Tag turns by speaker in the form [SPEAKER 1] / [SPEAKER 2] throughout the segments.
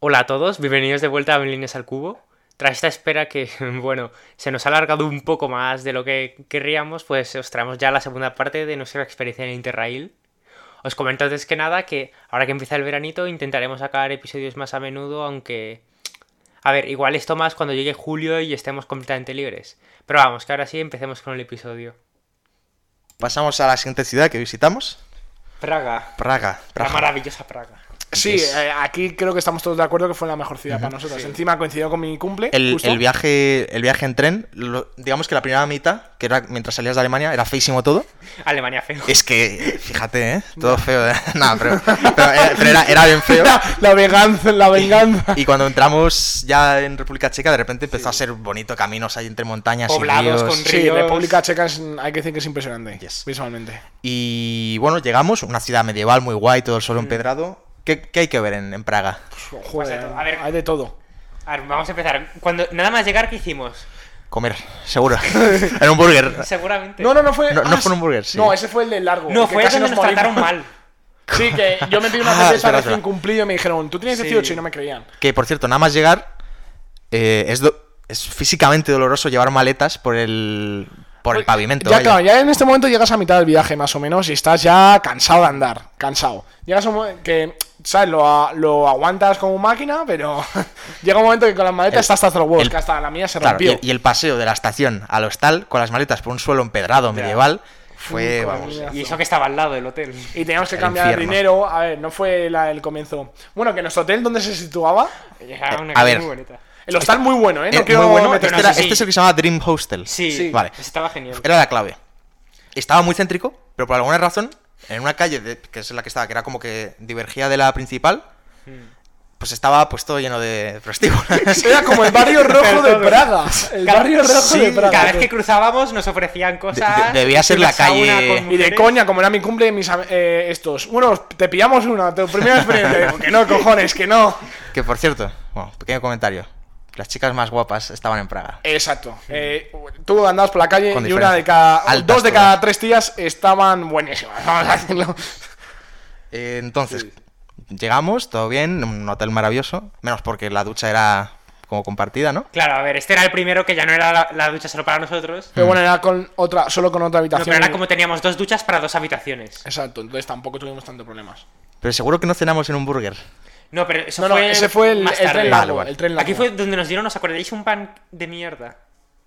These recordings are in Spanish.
[SPEAKER 1] Hola a todos, bienvenidos de vuelta a Belines al Cubo. Tras esta espera que, bueno, se nos ha alargado un poco más de lo que querríamos, pues os traemos ya la segunda parte de nuestra experiencia en Interrail. Os comento antes que nada que ahora que empieza el veranito intentaremos sacar episodios más a menudo, aunque... A ver, igual esto más cuando llegue julio y estemos completamente libres. Pero vamos, que ahora sí empecemos con el episodio.
[SPEAKER 2] Pasamos a la siguiente ciudad que visitamos.
[SPEAKER 1] Praga.
[SPEAKER 2] Praga.
[SPEAKER 1] La
[SPEAKER 2] Praga.
[SPEAKER 1] maravillosa Praga.
[SPEAKER 3] Sí, eh, aquí creo que estamos todos de acuerdo que fue la mejor ciudad para nosotros. Encima coincidió con mi cumple.
[SPEAKER 2] El,
[SPEAKER 3] justo.
[SPEAKER 2] el viaje, el viaje en tren, lo- digamos que la primera mitad, que era mientras salías de Alemania, era feísimo todo.
[SPEAKER 1] Alemania feo.
[SPEAKER 2] Es que, fíjate, ¿eh? Todo feo. ¿eh? Nada, pero, pero era, pero era- era bien feo.
[SPEAKER 3] La, la venganza, la venganza.
[SPEAKER 2] Y cuando entramos ya en República Checa, de repente empezó a ser bonito caminos ahí entre montañas y
[SPEAKER 1] Poblados
[SPEAKER 2] ríos.
[SPEAKER 1] con
[SPEAKER 3] Sí,
[SPEAKER 1] Ríos.
[SPEAKER 3] República Checa es- hay que decir que es impresionante
[SPEAKER 2] Yes.
[SPEAKER 3] visualmente.
[SPEAKER 2] Y bueno, llegamos, una ciudad medieval muy guay, todo el suelo
[SPEAKER 1] Mm.
[SPEAKER 2] empedrado. ¿Qué, qué hay que ver en, en Praga?
[SPEAKER 3] Pues, Joder,
[SPEAKER 1] todo. Pues A ver.
[SPEAKER 3] hay de todo.
[SPEAKER 1] A ver, vamos a empezar. Cuando nada más llegar, ¿qué hicimos?
[SPEAKER 2] Comer, seguro. en un
[SPEAKER 1] Ah.
[SPEAKER 2] burger.
[SPEAKER 1] Seguramente.
[SPEAKER 3] No, no, no fue.
[SPEAKER 2] No- no
[SPEAKER 3] ah,
[SPEAKER 2] fue un burger, sí.
[SPEAKER 3] No, ese fue el del largo.
[SPEAKER 1] No,
[SPEAKER 3] el que
[SPEAKER 1] fue
[SPEAKER 3] casi
[SPEAKER 1] donde nos
[SPEAKER 3] morimos.
[SPEAKER 1] trataron mal.
[SPEAKER 3] Sí, que yo me pedí una
[SPEAKER 2] Ah,
[SPEAKER 3] cerveza
[SPEAKER 2] espera,
[SPEAKER 3] recién
[SPEAKER 2] espera.
[SPEAKER 3] cumplida y me dijeron, tú tienes
[SPEAKER 1] Sí.
[SPEAKER 3] 18 y no me creían.
[SPEAKER 2] Que por cierto, nada más llegar eh, es, do- es físicamente doloroso llevar maletas por el, por el pavimento.
[SPEAKER 3] Ya,
[SPEAKER 2] vaya.
[SPEAKER 3] claro, ya en este momento llegas a mitad del viaje, más o menos, y estás ya cansado de andar. Cansado. Llegas a un momento que, ¿sabes? Lo, a- lo aguantas como máquina, pero llega un momento que con las maletas
[SPEAKER 2] El-
[SPEAKER 3] estás hasta los huevos,
[SPEAKER 2] el-
[SPEAKER 3] que hasta la mía se
[SPEAKER 2] Claro,
[SPEAKER 3] rompió.
[SPEAKER 2] y, y el paseo de la estación al hostal con las maletas por un suelo empedrado medieval fue,
[SPEAKER 3] Hijo de
[SPEAKER 2] vamos, eh,
[SPEAKER 3] mierda.
[SPEAKER 1] Y eso que estaba al lado del hotel.
[SPEAKER 3] Y teníamos que
[SPEAKER 2] El
[SPEAKER 3] cambiar el
[SPEAKER 2] infierno.
[SPEAKER 3] dinero. A ver, no fue la- el comienzo. Bueno, que nuestro hotel, ¿dónde se situaba?
[SPEAKER 1] Era una
[SPEAKER 2] Eh, a
[SPEAKER 1] cosa
[SPEAKER 2] ver.
[SPEAKER 1] muy bonita.
[SPEAKER 3] El hostal muy bueno, ¿eh? No
[SPEAKER 2] Eh,
[SPEAKER 3] quiero
[SPEAKER 2] muy bueno.
[SPEAKER 3] meter-
[SPEAKER 2] Este,
[SPEAKER 1] no
[SPEAKER 2] era-
[SPEAKER 1] sé si-
[SPEAKER 2] este es el que se llama Dream Hostel.
[SPEAKER 1] Sí,
[SPEAKER 3] Sí.
[SPEAKER 2] Vale.
[SPEAKER 1] estaba genial.
[SPEAKER 2] Era la clave. Estaba muy céntrico, pero por alguna razón, en una calle de- que es la que estaba, que era como que divergía de la principal,
[SPEAKER 3] Hmm.
[SPEAKER 2] pues estaba pues todo lleno de prostíbulas.
[SPEAKER 3] Era como el barrio rojo de
[SPEAKER 1] Perdón.
[SPEAKER 3] Praga. El
[SPEAKER 1] Cada-
[SPEAKER 3] barrio rojo
[SPEAKER 1] sí,
[SPEAKER 3] de Praga.
[SPEAKER 1] Cada vez que cruzábamos nos ofrecían cosas.
[SPEAKER 2] De- de- debía ser
[SPEAKER 1] una
[SPEAKER 2] la calle-
[SPEAKER 1] sauna con
[SPEAKER 3] Y de
[SPEAKER 1] mujeres.
[SPEAKER 3] coña, como era mi cumple, mis am- eh, estos. Bueno, te pillamos una, tu primera experiencia. Digo, que no, cojones, que no.
[SPEAKER 2] que por cierto, bueno, pequeño comentario. Las chicas más guapas estaban en Praga.
[SPEAKER 3] Exacto. Eh, tú andabas por la calle
[SPEAKER 2] Con
[SPEAKER 3] y una de
[SPEAKER 2] diferencia.
[SPEAKER 3] cada.
[SPEAKER 2] Altas
[SPEAKER 3] dos de
[SPEAKER 2] todas.
[SPEAKER 3] cada tres tías estaban buenísimas. Vamos a decirlo.
[SPEAKER 2] Eh, entonces, llegamos, todo bien, un hotel maravilloso, menos porque la ducha era como compartida, ¿no?
[SPEAKER 1] Claro, a ver, este era el primero que ya no era la, la ducha solo para nosotros.
[SPEAKER 2] Mm.
[SPEAKER 3] Pero bueno, era con otra, solo con otra
[SPEAKER 1] No,
[SPEAKER 3] habitación.
[SPEAKER 1] pero era como teníamos dos duchas para dos habitaciones.
[SPEAKER 3] Exacto, entonces tampoco tuvimos tanto problemas.
[SPEAKER 2] Pero seguro que no cenamos en un burger.
[SPEAKER 1] No, pero eso
[SPEAKER 3] No, no,
[SPEAKER 1] fue
[SPEAKER 3] ese fue el,
[SPEAKER 1] más
[SPEAKER 3] el
[SPEAKER 1] tarde.
[SPEAKER 3] tren
[SPEAKER 2] Vale,
[SPEAKER 3] largo.
[SPEAKER 2] vale.
[SPEAKER 3] El tren largo.
[SPEAKER 1] Aquí fue donde nos dieron, ¿os acordáis? Un pan de mierda.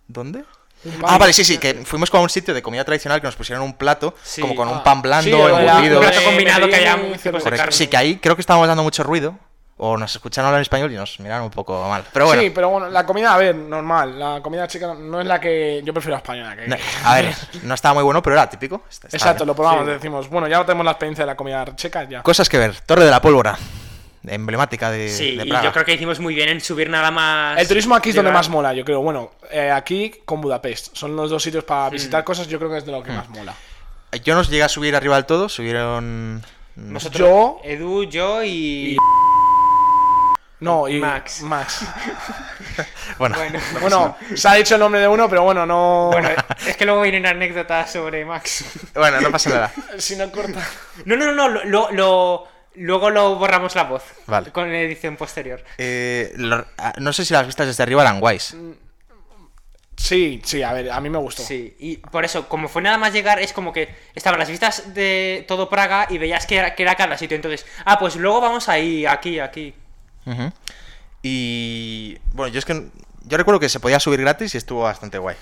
[SPEAKER 2] ¿Dónde?
[SPEAKER 3] pan.
[SPEAKER 2] Ah, vale, sí, sí, que fuimos como a un sitio de comida tradicional que nos pusieron un plato,
[SPEAKER 1] Sí.
[SPEAKER 2] como con
[SPEAKER 3] Ah.
[SPEAKER 2] un pan blando,
[SPEAKER 3] Sí, era
[SPEAKER 2] embutido.
[SPEAKER 1] Un plato
[SPEAKER 3] Eh,
[SPEAKER 1] combinado que haya
[SPEAKER 3] Medellín,
[SPEAKER 1] muchos tipos de
[SPEAKER 2] Correcto.
[SPEAKER 1] carne.
[SPEAKER 2] Sí, que ahí creo que estábamos dando mucho ruido, o nos escucharon hablar en español y nos miraron un poco mal. Pero bueno,
[SPEAKER 3] Sí, pero bueno, la comida, a ver, normal. La comida chica no es la que. Yo prefiero la española. Que...
[SPEAKER 2] no- a ver, no estaba muy bueno, pero era típico. Está- está
[SPEAKER 3] Exacto,
[SPEAKER 2] bien.
[SPEAKER 3] lo probamos.
[SPEAKER 1] Sí.
[SPEAKER 3] Decimos, bueno, ya tenemos la experiencia de la comida checa, ya.
[SPEAKER 2] Cosas que ver. Torre de la Pólvora, emblemática de,
[SPEAKER 1] Sí,
[SPEAKER 2] Eh, de
[SPEAKER 1] y
[SPEAKER 2] Praga.
[SPEAKER 1] yo creo que hicimos muy bien en subir nada más.
[SPEAKER 3] El turismo aquí es donde
[SPEAKER 1] llevar-
[SPEAKER 3] más mola, yo creo. Bueno, eh, aquí con Budapest. Son los dos sitios
[SPEAKER 1] Hmm.
[SPEAKER 3] para visitar cosas, yo creo que es de lo que más mola.
[SPEAKER 2] Yo no llegué a subir arriba del todo, subieron...
[SPEAKER 1] Nosotros,
[SPEAKER 3] Yo-
[SPEAKER 1] Edu, yo y.
[SPEAKER 3] No, y
[SPEAKER 1] Max.
[SPEAKER 3] Max.
[SPEAKER 2] Bueno,
[SPEAKER 1] Bueno,
[SPEAKER 3] Bueno, se ha dicho el nombre de uno, pero bueno, no. eh,
[SPEAKER 1] bueno, es que luego vienen anécdotas sobre Max.
[SPEAKER 2] bueno, no pasa nada.
[SPEAKER 3] si no corta.
[SPEAKER 1] No, no, no, no, lo, lo- lo- luego lo borramos la voz.
[SPEAKER 2] Vale.
[SPEAKER 1] Con edición posterior.
[SPEAKER 2] Eh, lo- ah, no sé si las vistas desde arriba eran guays.
[SPEAKER 1] Mm.
[SPEAKER 3] Sí, sí, a ver, a mí me gustó.
[SPEAKER 1] Sí, y por eso, como fue nada más llegar, es como que estaban las vistas de todo Praga y veías que era, que era cada sitio. Entonces, ah, pues luego vamos ahí, aquí, aquí.
[SPEAKER 2] Ujú. Y bueno, yo es que yo recuerdo que se podía subir gratis y estuvo bastante guay.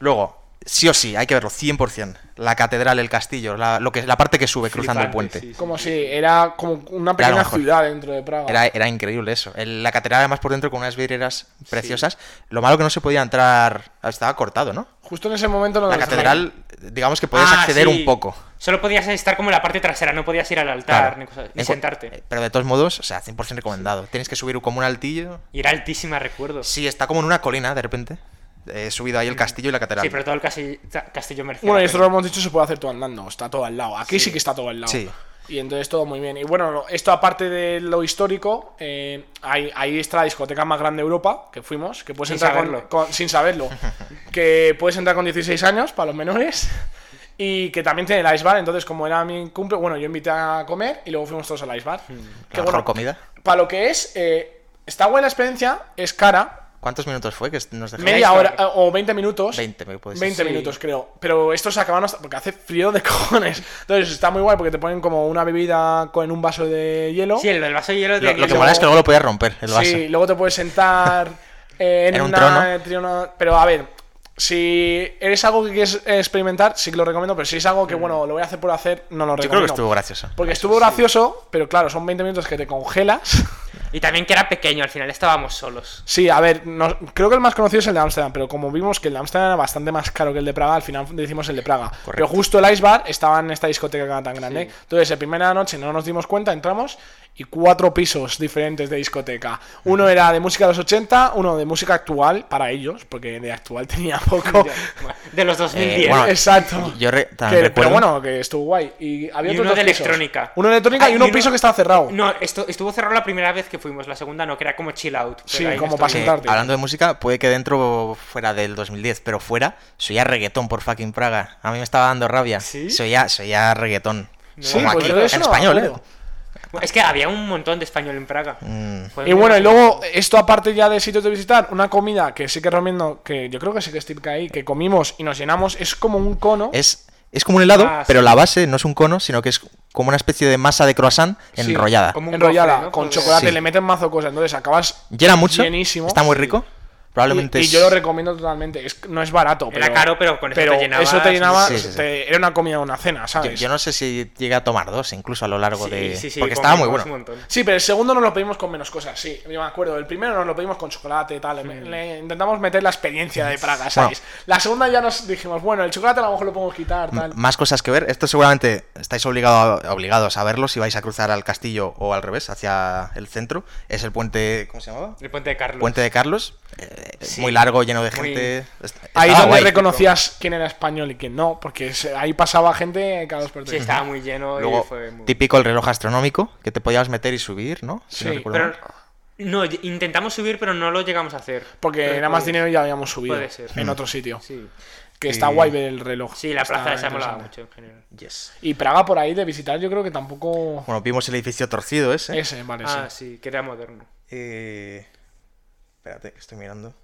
[SPEAKER 2] Luego, sí o sí, hay que verlo 100%. La catedral, el castillo, la, lo que, la parte que sube cruzando el
[SPEAKER 1] Flipante,
[SPEAKER 2] puente.
[SPEAKER 1] sí, sí.
[SPEAKER 3] Como si era como una pequeña
[SPEAKER 2] mejor.
[SPEAKER 3] ciudad dentro de Praga.
[SPEAKER 2] Era, era increíble eso. El- la catedral además por dentro con unas vidrieras preciosas. Lo malo que no se podía entrar, estaba cortado, ¿no?
[SPEAKER 3] Justo en ese momento no
[SPEAKER 2] La
[SPEAKER 3] nos dejaron.
[SPEAKER 2] catedral, digamos que podías
[SPEAKER 1] Ah,
[SPEAKER 2] acceder
[SPEAKER 1] sí.
[SPEAKER 2] un poco.
[SPEAKER 1] Solo podías estar como en la parte trasera, no podías ir al altar
[SPEAKER 2] Claro.
[SPEAKER 1] ni, cosas- ni
[SPEAKER 2] En cua-
[SPEAKER 1] sentarte.
[SPEAKER 2] eh, Pero de todos modos, o sea, 100% recomendado. Tienes que subir como un altillo.
[SPEAKER 1] Y era altísima, recuerdo. Sí,
[SPEAKER 2] Sí, está como en una colina de repente. He subido ahí el castillo y la catedral.
[SPEAKER 1] pero todo el casi- ta- castillo merced.
[SPEAKER 3] Bueno, y esto lo hemos dicho, se puede hacer todo andando. Está todo al lado. Aquí sí, que está todo al lado.
[SPEAKER 2] Sí.
[SPEAKER 3] Y entonces todo muy bien. Y bueno, lo- esto aparte de lo histórico, eh, ahí, ahí está la discoteca más grande de Europa que fuimos, que puedes
[SPEAKER 1] Sin
[SPEAKER 3] entrar con-
[SPEAKER 1] saberlo.
[SPEAKER 3] con- sin saberlo. que puedes entrar con 16 años para los menores. Y que también tiene el Ice Bar. Entonces, como era mi cumple, bueno, yo invité a comer y luego fuimos todos al Ice Bar.
[SPEAKER 2] La mejor comida.
[SPEAKER 3] Para lo que es, eh, Está buena la experiencia, es cara,
[SPEAKER 2] ¿Cuántos minutos fue que nos dejaron?
[SPEAKER 3] media
[SPEAKER 1] Iceberg.
[SPEAKER 3] hora eh, o 20 minutos.
[SPEAKER 2] 20, me puede ser.
[SPEAKER 3] 20
[SPEAKER 1] Sí.
[SPEAKER 3] minutos, creo. Pero estos acabaron hasta. Porque hace frío de cojones. Entonces está muy guay porque te ponen como una bebida con en un vaso de hielo.
[SPEAKER 1] Sí, el del vaso de hielo
[SPEAKER 2] Lo,
[SPEAKER 1] de-
[SPEAKER 2] lo que
[SPEAKER 1] lo-
[SPEAKER 2] mola es que luego lo podías romper, el vaso.
[SPEAKER 3] Sí, luego te puedes sentar en,
[SPEAKER 2] En un
[SPEAKER 3] una
[SPEAKER 2] trono.
[SPEAKER 3] triono- Pero a ver, si eres algo que quieres experimentar, sí que lo recomiendo. Pero si es algo que, bueno, lo voy a hacer por hacer, no lo recomiendo.
[SPEAKER 2] Yo creo que estuvo gracioso.
[SPEAKER 3] Porque estuvo gracioso, pero claro, son 20 minutos que te congelas.
[SPEAKER 1] Y también que era pequeño, al final estábamos solos.
[SPEAKER 3] Sí, a ver, no- creo que el más conocido es el de Ámsterdam, pero como vimos que el de Ámsterdam era bastante más caro que el de Praga, al final decimos el de Praga. Pero justo el Ice Bar estaba en esta discoteca tan grande. Entonces, la primera noche no nos dimos cuenta, entramos y cuatro pisos diferentes de discoteca. Uno era de música de los 80, uno de música actual para ellos, porque de actual tenía poco.
[SPEAKER 1] De los 2010.
[SPEAKER 2] Eh, bueno,
[SPEAKER 3] Exacto.
[SPEAKER 2] Yo re-
[SPEAKER 3] Que-
[SPEAKER 2] también
[SPEAKER 3] pero
[SPEAKER 2] recuerdo.
[SPEAKER 3] bueno, que estuvo guay. Y había
[SPEAKER 1] Y
[SPEAKER 3] otros
[SPEAKER 1] uno de
[SPEAKER 3] dos pisos.
[SPEAKER 1] electrónica.
[SPEAKER 3] Uno de electrónica
[SPEAKER 1] Ah,
[SPEAKER 3] y
[SPEAKER 1] y
[SPEAKER 3] uno
[SPEAKER 1] uno-
[SPEAKER 3] piso que estaba cerrado.
[SPEAKER 1] No, esto, estuvo cerrado la primera vez que fuimos, la segunda no, que era como chill out. pero
[SPEAKER 3] Sí,
[SPEAKER 1] ahí no
[SPEAKER 3] como
[SPEAKER 1] estuvo.
[SPEAKER 3] pasa-
[SPEAKER 2] Que,
[SPEAKER 3] sentarte.
[SPEAKER 2] hablando de música, puede que dentro fuera del 2010, pero fuera, soy a reggaetón por fucking Praga. A mí me estaba dando rabia.
[SPEAKER 1] ¿Sí?
[SPEAKER 2] Soy a, soy a reggaetón.
[SPEAKER 3] Sí,
[SPEAKER 2] Como
[SPEAKER 3] pues
[SPEAKER 2] aquí,
[SPEAKER 3] yo de eso
[SPEAKER 2] en
[SPEAKER 3] no me
[SPEAKER 2] español, ¿eh?
[SPEAKER 3] acuerdo.
[SPEAKER 1] Es que había un montón de español en Praga.
[SPEAKER 2] Mm,
[SPEAKER 1] Fue
[SPEAKER 3] Y
[SPEAKER 1] muy
[SPEAKER 3] bueno, y
[SPEAKER 1] gracioso.
[SPEAKER 3] luego, esto aparte ya de sitios de visitar, una comida que sí que recomiendo, que yo creo que sí que es típica ahí, que comimos y nos llenamos, es como un cono.
[SPEAKER 2] es, es como un helado,
[SPEAKER 1] Ah, sí.
[SPEAKER 2] pero la base no es un cono, sino que es como una especie de masa de croissant
[SPEAKER 3] Sí,
[SPEAKER 2] enrollada.
[SPEAKER 1] como un
[SPEAKER 3] enrollada,
[SPEAKER 1] gofre, ¿no?
[SPEAKER 3] con
[SPEAKER 1] Porque-
[SPEAKER 3] chocolate,
[SPEAKER 2] Sí.
[SPEAKER 3] le meten mazo cosas, entonces acabas...
[SPEAKER 2] Llena mucho,
[SPEAKER 3] Llenísimo.
[SPEAKER 2] está muy rico. Probablemente
[SPEAKER 3] Y, y
[SPEAKER 2] es-
[SPEAKER 3] yo lo recomiendo totalmente, es- no es barato, pero...
[SPEAKER 1] Era caro, pero con eso te llenabas.
[SPEAKER 3] eso te llenaba,
[SPEAKER 2] Sí, sí, sí.
[SPEAKER 3] te- era una comida o una cena,
[SPEAKER 2] yo,
[SPEAKER 3] ¿sabes?
[SPEAKER 2] yo no sé si llegué a tomar dos, incluso a lo largo
[SPEAKER 1] Sí,
[SPEAKER 2] de.
[SPEAKER 1] sí, sí,
[SPEAKER 2] porque estaba muy
[SPEAKER 1] comimos
[SPEAKER 2] bueno.
[SPEAKER 1] un montón.
[SPEAKER 3] Sí, pero el segundo nos lo pedimos con menos cosas, sí, yo me acuerdo. El primero nos lo pedimos con chocolate y tal, le- le intentamos meter la experiencia de Praga, ¿sabes? La segunda ya nos dijimos, bueno, el chocolate a lo mejor lo podemos quitar,
[SPEAKER 2] M-
[SPEAKER 3] tal...
[SPEAKER 2] Más cosas que ver. Esto seguramente estáis obligado a- obligados a verlo si vais a cruzar al castillo o al revés, hacia el centro. Es el puente. ¿Cómo se llamaba?
[SPEAKER 1] El puente de Carlos.
[SPEAKER 2] Puente de Carlos. Eh,
[SPEAKER 1] Sí.
[SPEAKER 2] Muy largo, lleno de
[SPEAKER 1] Muy-
[SPEAKER 2] gente. Est- estaba
[SPEAKER 3] Ahí donde
[SPEAKER 2] Ah, guay.
[SPEAKER 3] reconocías quién era español y quién no, porque se- ahí pasaba gente cada dos por tres.
[SPEAKER 1] Sí, estaba muy lleno y
[SPEAKER 2] Luego,
[SPEAKER 1] fue muy...
[SPEAKER 2] típico el reloj astronómico, que te podías meter y subir, ¿no? Si no
[SPEAKER 3] Sí,
[SPEAKER 2] recuerdo
[SPEAKER 1] Pero
[SPEAKER 2] mal.
[SPEAKER 1] no, y- intentamos subir, pero no lo llegamos a hacer.
[SPEAKER 3] Porque
[SPEAKER 1] Pero
[SPEAKER 3] era más
[SPEAKER 1] puede-
[SPEAKER 3] dinero y ya habíamos subido
[SPEAKER 1] puede ser.
[SPEAKER 3] en
[SPEAKER 2] Mm.
[SPEAKER 3] otro sitio.
[SPEAKER 1] Sí,
[SPEAKER 3] Que está
[SPEAKER 2] Y-
[SPEAKER 3] guay ver el reloj.
[SPEAKER 1] Sí, la
[SPEAKER 3] Está
[SPEAKER 1] plaza esa molaba
[SPEAKER 3] interesante.
[SPEAKER 1] mucho en general.
[SPEAKER 2] Yes.
[SPEAKER 3] Y Praga por ahí de visitar, yo creo que tampoco.
[SPEAKER 2] Bueno, vimos el edificio torcido ese.
[SPEAKER 3] Ese, vale,
[SPEAKER 1] Ah,
[SPEAKER 3] sí.
[SPEAKER 1] sí, que era moderno.
[SPEAKER 2] Eh, Espérate, que estoy mirando.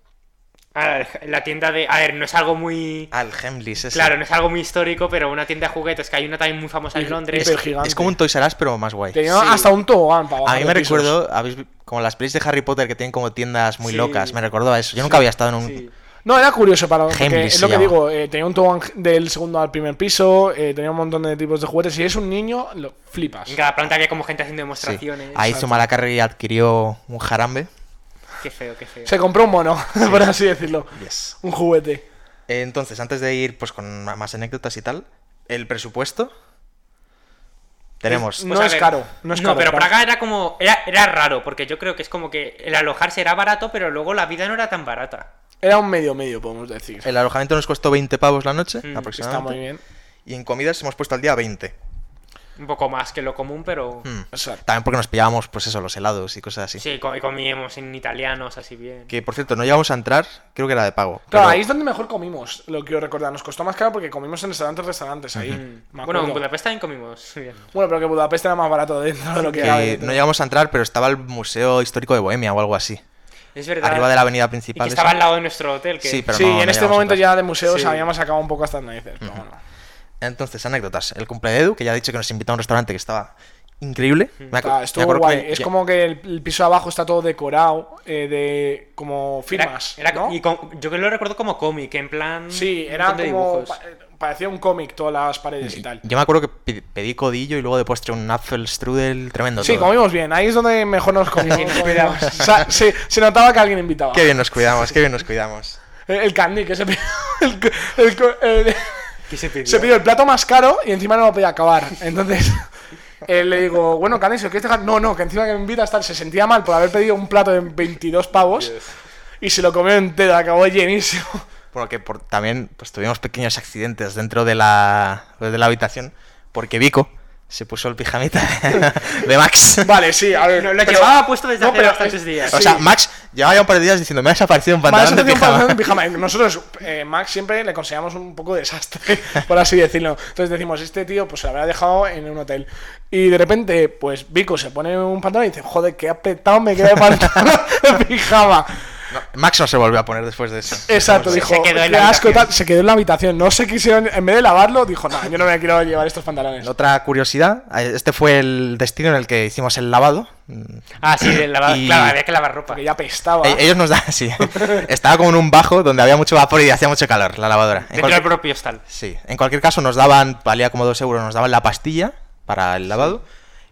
[SPEAKER 1] Ah, la tienda de... A ver, no es algo muy...
[SPEAKER 2] Ah, el Hemlis ese.
[SPEAKER 1] Claro, no es algo muy histórico, pero una tienda de juguetes, que hay una también muy famosa en Londres.
[SPEAKER 3] hiper gigante.
[SPEAKER 2] Es como un Toys R Us, pero más guay.
[SPEAKER 3] Tenía
[SPEAKER 1] sí.
[SPEAKER 3] hasta un tobogán para
[SPEAKER 2] A
[SPEAKER 3] bajar
[SPEAKER 2] mí
[SPEAKER 3] de
[SPEAKER 2] me
[SPEAKER 3] pisos.
[SPEAKER 2] recuerdo, habéis vi- como las pelis de Harry Potter que tienen como tiendas muy
[SPEAKER 1] Sí.
[SPEAKER 2] locas, me recordó a eso. Yo nunca había estado en un...
[SPEAKER 1] Sí.
[SPEAKER 3] No, era curioso para. porque
[SPEAKER 2] Heimlich
[SPEAKER 3] es
[SPEAKER 2] se
[SPEAKER 3] lo que
[SPEAKER 2] llama.
[SPEAKER 3] digo, eh, tenía un tobogán del segundo al primer piso, eh, tenía un montón de tipos de juguetes. Si eres un niño, lo flipas.
[SPEAKER 1] En cada planta había como gente haciendo
[SPEAKER 2] Sí.
[SPEAKER 1] demostraciones. Ah,
[SPEAKER 2] Ahí Zumalacárregui adquirió un jarambe.
[SPEAKER 1] Qué feo, qué feo.
[SPEAKER 3] Se compró un mono, por así decirlo. Un juguete.
[SPEAKER 2] Eh, Entonces, antes de ir pues con ma- más anécdotas y tal, el presupuesto... Tenemos...
[SPEAKER 1] Pues
[SPEAKER 3] No es caro, no es caro,
[SPEAKER 1] pero
[SPEAKER 3] Praga.
[SPEAKER 1] Praga era como. Era, era raro, porque yo creo que es como que el alojarse era barato, pero luego la vida no era tan barata.
[SPEAKER 3] Era un medio medio, podemos decir.
[SPEAKER 2] El alojamiento nos costó 20 pavos la
[SPEAKER 1] Mm,
[SPEAKER 2] noche,
[SPEAKER 3] Está muy
[SPEAKER 2] aproximadamente.
[SPEAKER 3] bien.
[SPEAKER 2] Y en comidas hemos puesto al día 20.
[SPEAKER 1] Un poco más que lo común, pero.
[SPEAKER 2] Mm.
[SPEAKER 3] Exacto.
[SPEAKER 2] También porque nos pillábamos, pues eso, los helados y cosas así.
[SPEAKER 1] Sí, co- y comíamos en italianos, así bien.
[SPEAKER 2] Que, por cierto, no llegamos a entrar, creo que era de pago.
[SPEAKER 3] Claro,
[SPEAKER 2] pero-
[SPEAKER 3] ahí es donde mejor comimos, lo quiero recordar. Nos costó más caro porque comimos en restaurantes, restaurantes
[SPEAKER 1] Mm.
[SPEAKER 3] ahí. Me acuerdo.
[SPEAKER 1] Bueno, en
[SPEAKER 3] Bueno,
[SPEAKER 1] Budapest también comimos. bien.
[SPEAKER 3] pero que Budapest era más barato dentro de lo que
[SPEAKER 2] que
[SPEAKER 3] era. dentro.
[SPEAKER 2] no llegamos a entrar, pero estaba el Museo Histórico de Bohemia o algo así.
[SPEAKER 1] Es verdad.
[SPEAKER 2] Arriba de la avenida
[SPEAKER 1] y que
[SPEAKER 2] principal.
[SPEAKER 1] estaba
[SPEAKER 2] esa.
[SPEAKER 1] al lado de nuestro hotel. Que...
[SPEAKER 2] Sí, pero
[SPEAKER 3] sí,
[SPEAKER 2] no- no
[SPEAKER 3] en este
[SPEAKER 2] llegamos a
[SPEAKER 3] momento
[SPEAKER 2] entrar.
[SPEAKER 3] ya de museos
[SPEAKER 1] Sí.
[SPEAKER 3] habíamos acabado un poco hasta las narices. pero bueno.
[SPEAKER 2] Entonces, anécdotas. El cumple de Edu, que ya ha dicho que nos invitó a un restaurante que estaba increíble. Me acu-
[SPEAKER 3] Está-
[SPEAKER 2] me
[SPEAKER 3] Ah, estuvo
[SPEAKER 2] acuerdo
[SPEAKER 3] guay.
[SPEAKER 2] que-
[SPEAKER 3] Es
[SPEAKER 2] ya-
[SPEAKER 3] como que el, el piso de abajo está todo decorado eh, de como
[SPEAKER 1] Era-
[SPEAKER 3] firmas.
[SPEAKER 1] era-
[SPEAKER 3] ¿no?
[SPEAKER 1] y con- yo que lo recuerdo como cómic, en plan.
[SPEAKER 3] Sí,
[SPEAKER 1] un
[SPEAKER 3] era
[SPEAKER 1] montón de
[SPEAKER 3] como.
[SPEAKER 1] dibujos.
[SPEAKER 3] pa- parecía un cómic todas las paredes y tal.
[SPEAKER 2] Yo me acuerdo que pe- pedí codillo y luego de postre un apple strudel tremendo.
[SPEAKER 3] Sí,
[SPEAKER 2] todo.
[SPEAKER 3] comimos bien. Ahí es donde mejor nos comimos.
[SPEAKER 1] nos cuidamos.
[SPEAKER 3] O sea, se, se notaba que alguien invitaba.
[SPEAKER 2] Qué bien nos cuidamos, qué bien nos cuidamos.
[SPEAKER 3] El, el candy, que se pidió. El, co- el co- el-
[SPEAKER 1] ¿Qué se pidió?
[SPEAKER 3] se pidió el plato más caro y encima no lo podía acabar. Entonces. eh, le digo, bueno, Candy, si lo quieres dejar. No, no, que encima que me invita a estar. Se sentía mal por haber pedido un plato de 22 pavos y se lo comió entero, acabó llenísimo.
[SPEAKER 2] Bueno, que por- pues, también pues, tuvimos pequeños accidentes dentro de la, de la habitación, porque Vico Se puso el pijamita de Max.
[SPEAKER 3] Vale, sí, a ver.
[SPEAKER 1] Lo, lo
[SPEAKER 3] pero-
[SPEAKER 1] llevaba puesto desde
[SPEAKER 3] no,
[SPEAKER 1] hace
[SPEAKER 3] pero-
[SPEAKER 1] bastantes días.
[SPEAKER 2] O sea, Max llevaba ya un par de días diciendo, me ha desaparecido un
[SPEAKER 3] Max
[SPEAKER 2] pantalón de
[SPEAKER 3] hace un pantalón
[SPEAKER 2] pijama.
[SPEAKER 3] en pijama. Nosotros, eh, Max, siempre le consideramos un poco desastre, por así decirlo. Entonces decimos, este tío pues se lo habrá dejado en un hotel. Y de repente, pues Vico se pone un pantalón y dice, joder, qué apretado me queda el pantalón de pijama.
[SPEAKER 2] No, Max no se volvió a poner después de eso.
[SPEAKER 3] Exacto,
[SPEAKER 2] Se-
[SPEAKER 3] dijo,
[SPEAKER 1] quedó en la
[SPEAKER 3] "Qué asco",
[SPEAKER 1] habitación.
[SPEAKER 3] tal. se quedó en la habitación. No se quisieron, en vez de lavarlo, dijo, no, yo no me quiero llevar estos pantalones.
[SPEAKER 2] Otra curiosidad, este fue el destino en el que hicimos el lavado.
[SPEAKER 1] Ah, sí, de lavar-
[SPEAKER 2] Y-
[SPEAKER 1] claro, había que lavar ropa.
[SPEAKER 3] Porque ya apestaba.
[SPEAKER 2] E- Ellos nos daban, sí. Estaba como en un bajo donde había mucho vapor y hacía mucho calor la lavadora. En
[SPEAKER 1] Dentro
[SPEAKER 2] cualquier-
[SPEAKER 1] del propio hostal.
[SPEAKER 2] Sí, en cualquier caso nos daban, valía como dos euros, nos daban la pastilla para el lavado.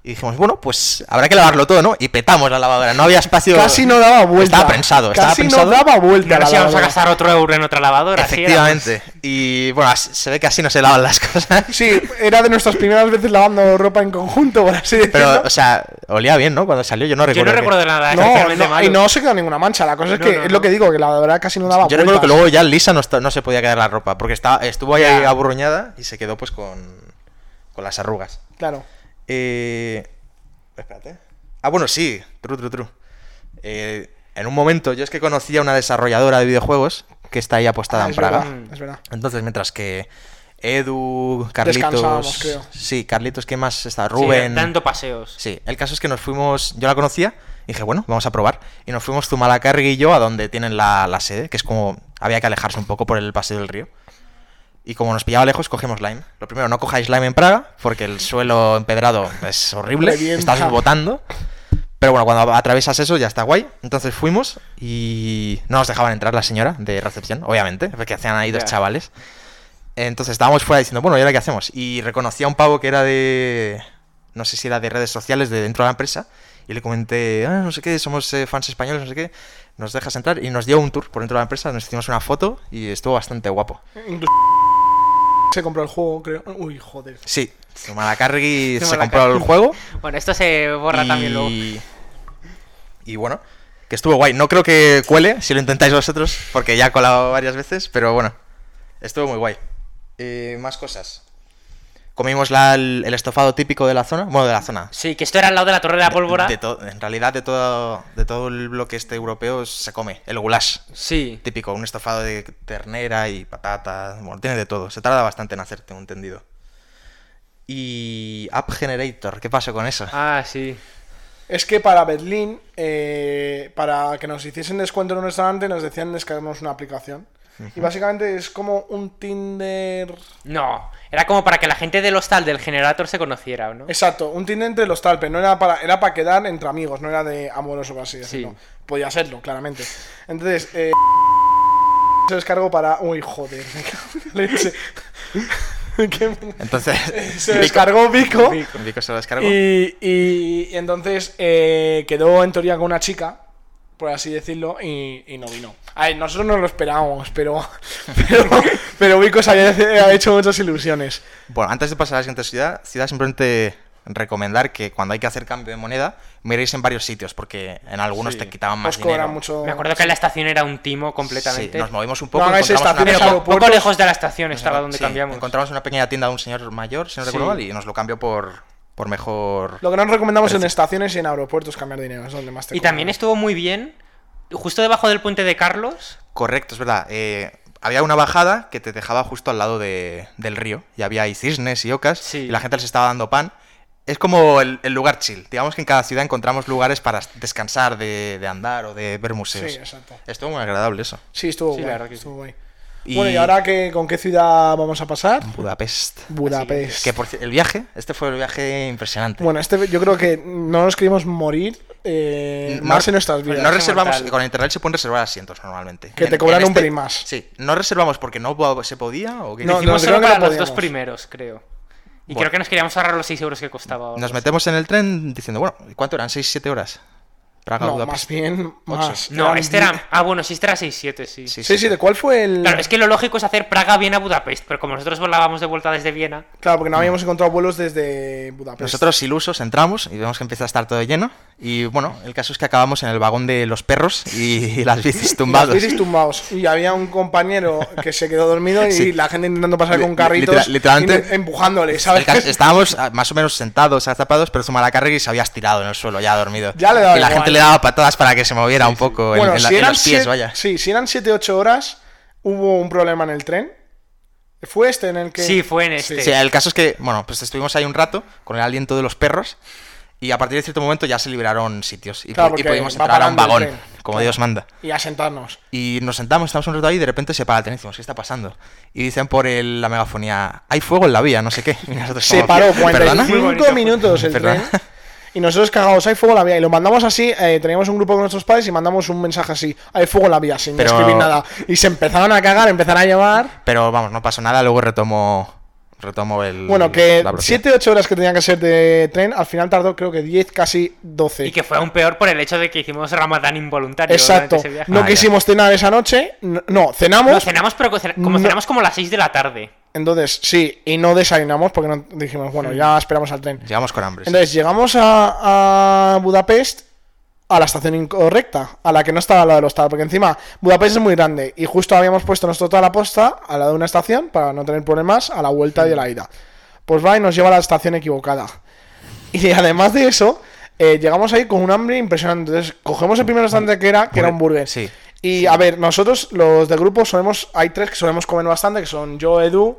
[SPEAKER 2] Y dijimos, bueno, pues habrá que lavarlo todo, ¿no? Y petamos la lavadora, no había espacio.
[SPEAKER 3] Casi no daba vuelta.
[SPEAKER 2] Estaba pensado, estaba
[SPEAKER 3] Casi
[SPEAKER 2] pensado.
[SPEAKER 3] no daba vuelta.
[SPEAKER 1] No
[SPEAKER 3] la
[SPEAKER 1] nos íbamos a
[SPEAKER 3] lavadora.
[SPEAKER 1] gastar otro euro en otra lavadora. sí, era-
[SPEAKER 2] Efectivamente. Y bueno, as- se ve que así no se lavan las cosas.
[SPEAKER 3] Sí, era de nuestras primeras veces lavando ropa en conjunto, por así decirlo.
[SPEAKER 2] Pero, o sea, olía bien, ¿no? Cuando salió, yo no
[SPEAKER 1] Yo
[SPEAKER 2] recuerdo.
[SPEAKER 1] no
[SPEAKER 2] que-
[SPEAKER 1] recuerdo de nada.
[SPEAKER 3] No,
[SPEAKER 1] especialmente
[SPEAKER 3] no,
[SPEAKER 1] malo.
[SPEAKER 3] y no se quedó ninguna mancha. La cosa es
[SPEAKER 1] No,
[SPEAKER 3] que
[SPEAKER 1] no,
[SPEAKER 3] es
[SPEAKER 1] no.
[SPEAKER 3] lo que digo, que la verdad casi no daba
[SPEAKER 2] Yo
[SPEAKER 3] vueltas.
[SPEAKER 2] recuerdo que luego ya lisa no, está- no se podía quedar la ropa, porque estaba, estuvo ahí aburruñada y se quedó pues con, con las arrugas.
[SPEAKER 3] Claro.
[SPEAKER 2] Eh, espérate. Ah, bueno, sí. True, true, true. Eh, en un momento, yo es que conocía a una desarrolladora de videojuegos que está ahí apostada
[SPEAKER 3] Ah,
[SPEAKER 2] en
[SPEAKER 3] es
[SPEAKER 2] Praga.
[SPEAKER 3] verdad, es verdad.
[SPEAKER 2] Entonces, mientras que Edu, Carlitos.
[SPEAKER 3] Descansábamos, creo.
[SPEAKER 2] Sí, Carlitos, ¿qué más está?
[SPEAKER 1] Sí,
[SPEAKER 2] Rubén.
[SPEAKER 1] dando paseos.
[SPEAKER 2] Sí, el caso es que nos fuimos, yo la conocía, y dije, bueno, vamos a probar. Y nos fuimos Zumalacargui y yo a donde tienen la, la sede, que es como había que alejarse un poco por el paseo del río. Y como nos pillaba lejos, cogimos lime. Lo primero, no cojáis lime en Praga, porque el suelo empedrado es horrible,
[SPEAKER 3] Revienta.
[SPEAKER 2] estás botando. Pero bueno, cuando atravesas eso ya está guay. Entonces fuimos y no nos dejaban entrar la señora de recepción, obviamente, porque hacían ahí dos
[SPEAKER 1] Ya.
[SPEAKER 2] chavales. Entonces estábamos fuera diciendo, bueno, ¿y ahora qué hacemos? Y reconocía a un pavo que era de. No sé si era de redes sociales de dentro de la empresa. Y le comenté, ah, no sé qué, somos eh, fans españoles, no sé qué. Nos dejas entrar y nos dio un tour por dentro de la empresa. Nos hicimos una foto y estuvo bastante guapo.
[SPEAKER 3] Incluso se compró el juego, creo. Uy, joder.
[SPEAKER 2] Sí, Zumalacargui se
[SPEAKER 1] Zumalacargui.
[SPEAKER 2] compró el juego.
[SPEAKER 1] Bueno, esto se borra
[SPEAKER 2] y...
[SPEAKER 1] también luego.
[SPEAKER 2] Y bueno, que estuvo guay. No creo que cuele si lo intentáis vosotros, porque ya ha colado varias veces, pero bueno, estuvo muy guay. Eh, más cosas. Comimos la- el, el estofado típico de la zona. Bueno, de la zona.
[SPEAKER 1] Sí, que esto era al lado de la Torre de la Pólvora.
[SPEAKER 2] De to- en realidad, de todo, de todo el bloque este europeo se come el goulash.
[SPEAKER 1] Sí.
[SPEAKER 2] Típico, un estofado de ternera y patata. Bueno, tiene de todo. Se tarda bastante en hacer, tengo entendido. Y App Generator, ¿qué pasó con eso?
[SPEAKER 1] Ah, sí.
[SPEAKER 3] Es que para Berlín, eh, para que nos hiciesen descuento en un restaurante, nos decían descargarnos una aplicación. Y básicamente es como un Tinder.
[SPEAKER 1] No, era como para que la gente del hostal del generator se conociera, ¿o ¿no?
[SPEAKER 3] Exacto, un Tinder entre los tal, pero no era para, era para quedar entre amigos, no era de amoroso, por así decirlo.
[SPEAKER 1] Sí.
[SPEAKER 3] Podía serlo, claramente. Entonces, eh, se descargó para. Uy, joder, me cago en la leche. Que-
[SPEAKER 2] Entonces,
[SPEAKER 3] se descargó Eh. Vico.
[SPEAKER 2] Vico se lo descargó.
[SPEAKER 3] Y, y- y entonces eh, quedó en teoría con una chica, por así decirlo, y, y no vino. A ver, nosotros no lo esperábamos, pero, pero, pero Vico se había había hecho muchas ilusiones.
[SPEAKER 2] Bueno, antes de pasar a la siguiente ciudad, ciudad simplemente recomendar que cuando hay que hacer cambio de moneda, miréis en varios sitios, porque en algunos te quitaban más
[SPEAKER 3] Os cobran
[SPEAKER 2] dinero.
[SPEAKER 3] mucho.
[SPEAKER 1] Me acuerdo que en la estación era un timo completamente.
[SPEAKER 2] Sí, nos movimos un poco.
[SPEAKER 3] No hagáis
[SPEAKER 2] encontramos una
[SPEAKER 1] Pero
[SPEAKER 3] estaciones
[SPEAKER 1] po-
[SPEAKER 2] pequeña-
[SPEAKER 1] poco
[SPEAKER 3] aeropuertos-
[SPEAKER 1] lejos de la estación estaba donde
[SPEAKER 2] sí,
[SPEAKER 1] cambiamos.
[SPEAKER 2] Encontramos una pequeña tienda de un señor mayor, si no recuerdo
[SPEAKER 1] Sí.
[SPEAKER 2] mal, y nos lo cambió por, por mejor.
[SPEAKER 3] Lo que nos recomendamos en
[SPEAKER 2] Precio.
[SPEAKER 3] estaciones y en aeropuertos cambiar dinero, es donde más te
[SPEAKER 1] Y también
[SPEAKER 3] cobran.
[SPEAKER 1] estuvo muy bien, justo debajo del puente de Carlos.
[SPEAKER 2] Correcto, es verdad. Eh, había una bajada que te dejaba justo al lado de- del río. Y había ahí cisnes y ocas.
[SPEAKER 1] Sí.
[SPEAKER 2] Y la gente les estaba dando pan. Es como el, el lugar chill. Digamos que en cada ciudad encontramos lugares para descansar, de, de andar o de ver museos.
[SPEAKER 3] Sí, exacto.
[SPEAKER 2] Estuvo muy agradable eso.
[SPEAKER 3] Sí, estuvo
[SPEAKER 1] Sí, la
[SPEAKER 3] guay,
[SPEAKER 1] verdad que sí.
[SPEAKER 3] estuvo guay.
[SPEAKER 2] Y-
[SPEAKER 3] Bueno, ¿y ahora que, con qué ciudad vamos a pasar?
[SPEAKER 2] Budapest.
[SPEAKER 3] Budapest.
[SPEAKER 2] Que por ci- el viaje, este fue el viaje impresionante.
[SPEAKER 3] Bueno, este yo creo que no nos queríamos morir eh,
[SPEAKER 2] No-
[SPEAKER 3] más en nuestras vidas.
[SPEAKER 2] No reservamos,
[SPEAKER 1] mortal.
[SPEAKER 2] con Interrail se pueden reservar asientos normalmente. este
[SPEAKER 3] Que te cobran un pelín más.
[SPEAKER 2] Sí, no reservamos porque no po- se podía o qué?
[SPEAKER 3] No,
[SPEAKER 1] Hicimos
[SPEAKER 3] creo
[SPEAKER 1] solo
[SPEAKER 3] que
[SPEAKER 1] para
[SPEAKER 3] no
[SPEAKER 1] los dos
[SPEAKER 3] podíamos.
[SPEAKER 1] primeros, creo. Y
[SPEAKER 2] Bueno.
[SPEAKER 1] creo que nos queríamos ahorrar los 6 euros que costaba. o algo
[SPEAKER 2] Nos
[SPEAKER 1] así.
[SPEAKER 2] metemos en el tren diciendo, bueno, ¿y ¿cuánto eran? ¿6-7 horas? Praga
[SPEAKER 3] No,
[SPEAKER 2] Budapest.
[SPEAKER 3] más bien. Más.
[SPEAKER 1] No, este era. Ah, bueno, sí, este era 6-7, sí.
[SPEAKER 2] Sí,
[SPEAKER 3] Sí, sí, ¿de cuál fue el.?
[SPEAKER 1] Claro, es que lo lógico es hacer Praga, Viena, Budapest, pero como nosotros volábamos de vuelta desde Viena,
[SPEAKER 3] Claro, porque no habíamos encontrado vuelos desde Budapest.
[SPEAKER 2] Mm. Nosotros ilusos entramos y vemos que empieza a estar todo lleno. Y bueno, el caso es que acabamos en el vagón de los perros y, y las bicis
[SPEAKER 3] Las
[SPEAKER 2] tumbados.
[SPEAKER 3] bicis tumbados. Y había un compañero que se quedó dormido y
[SPEAKER 2] Sí.
[SPEAKER 3] la gente intentando pasar
[SPEAKER 2] Li-
[SPEAKER 3] con carritos.
[SPEAKER 2] literal- literalmente-
[SPEAKER 3] y empujándole,
[SPEAKER 2] El
[SPEAKER 3] ¿sabes?
[SPEAKER 2] caso- estábamos ah, más o menos sentados, atrapados, pero Zumalacárregui se había estirado en el suelo, ya dormido.
[SPEAKER 3] Ya le daba
[SPEAKER 2] y la
[SPEAKER 3] igual.
[SPEAKER 2] gente le daba patadas para que se moviera un poco en-
[SPEAKER 3] Bueno,
[SPEAKER 2] en, la-
[SPEAKER 3] si
[SPEAKER 2] en
[SPEAKER 3] eran
[SPEAKER 2] los pies,
[SPEAKER 3] siete-
[SPEAKER 2] vaya.
[SPEAKER 3] Sí, si eran 7-8 horas, hubo un problema en el tren. ¿Fue este en el que.?
[SPEAKER 1] Sí, fue en este.
[SPEAKER 2] Sí, el caso es que, bueno, pues estuvimos ahí un rato con el aliento de los perros y a partir de cierto momento ya se liberaron sitios y,
[SPEAKER 3] Claro,
[SPEAKER 2] pu- y
[SPEAKER 3] porque
[SPEAKER 2] pudimos
[SPEAKER 3] va
[SPEAKER 2] entrar a un
[SPEAKER 3] parando el
[SPEAKER 2] vagón,
[SPEAKER 3] tren.
[SPEAKER 2] como Dios manda.
[SPEAKER 3] Y a sentarnos.
[SPEAKER 2] Y nos sentamos, estamos un rato ahí y de repente se para el tren y decimos, ¿qué está pasando? Y dicen por el- la megafonía, hay fuego en la vía, no sé qué. Y nosotros
[SPEAKER 3] Se
[SPEAKER 2] como,
[SPEAKER 3] paró
[SPEAKER 2] "¿Perdona?".
[SPEAKER 3] 45
[SPEAKER 1] Muy bonito.
[SPEAKER 3] minutos el
[SPEAKER 2] Perdona.
[SPEAKER 3] tren. Y nosotros cagados, hay fuego en la vía. Y lo mandamos así, eh, teníamos un grupo con nuestros padres y mandamos un mensaje así, hay fuego en la vía, sin
[SPEAKER 2] Pero-
[SPEAKER 3] escribir nada. Y se empezaron a cagar, empezaron a llamar.
[SPEAKER 2] Pero vamos, no pasó nada, luego retomo, retomo el...
[SPEAKER 3] Bueno, que
[SPEAKER 2] la velocidad.
[SPEAKER 3] 7-8 horas que tenía que ser de tren, al final tardó creo que 10, casi 12.
[SPEAKER 1] Y que fue aún peor por el hecho de que hicimos Ramadán involuntario durante
[SPEAKER 3] Exacto.
[SPEAKER 1] ese viaje.
[SPEAKER 3] No
[SPEAKER 2] Ah, ya.
[SPEAKER 3] quisimos cenar esa noche. No, no, cenamos.
[SPEAKER 1] No, cenamos, pero co- cena- como
[SPEAKER 3] No.
[SPEAKER 1] cenamos como a las 6 de la tarde.
[SPEAKER 3] Entonces, sí, y no desayunamos porque no dijimos, bueno, ya esperamos al tren.
[SPEAKER 2] Llegamos con hambre. sí.
[SPEAKER 3] Entonces, llegamos a, a Budapest a la estación incorrecta, a la que no estaba al lado del hostal, porque encima Budapest es muy grande y justo habíamos puesto nuestro toda la posta al lado de una estación para no tener problemas a la vuelta y a la ida. Pues va y nos lleva a la estación equivocada. Y además de eso, eh, llegamos ahí con un hambre impresionante. Entonces, cogemos el primer restaurante que era, que era un burger.
[SPEAKER 2] Sí.
[SPEAKER 3] Y a ver, nosotros, los del grupo, solemos, hay tres que solemos comer bastante, que son yo, Edu,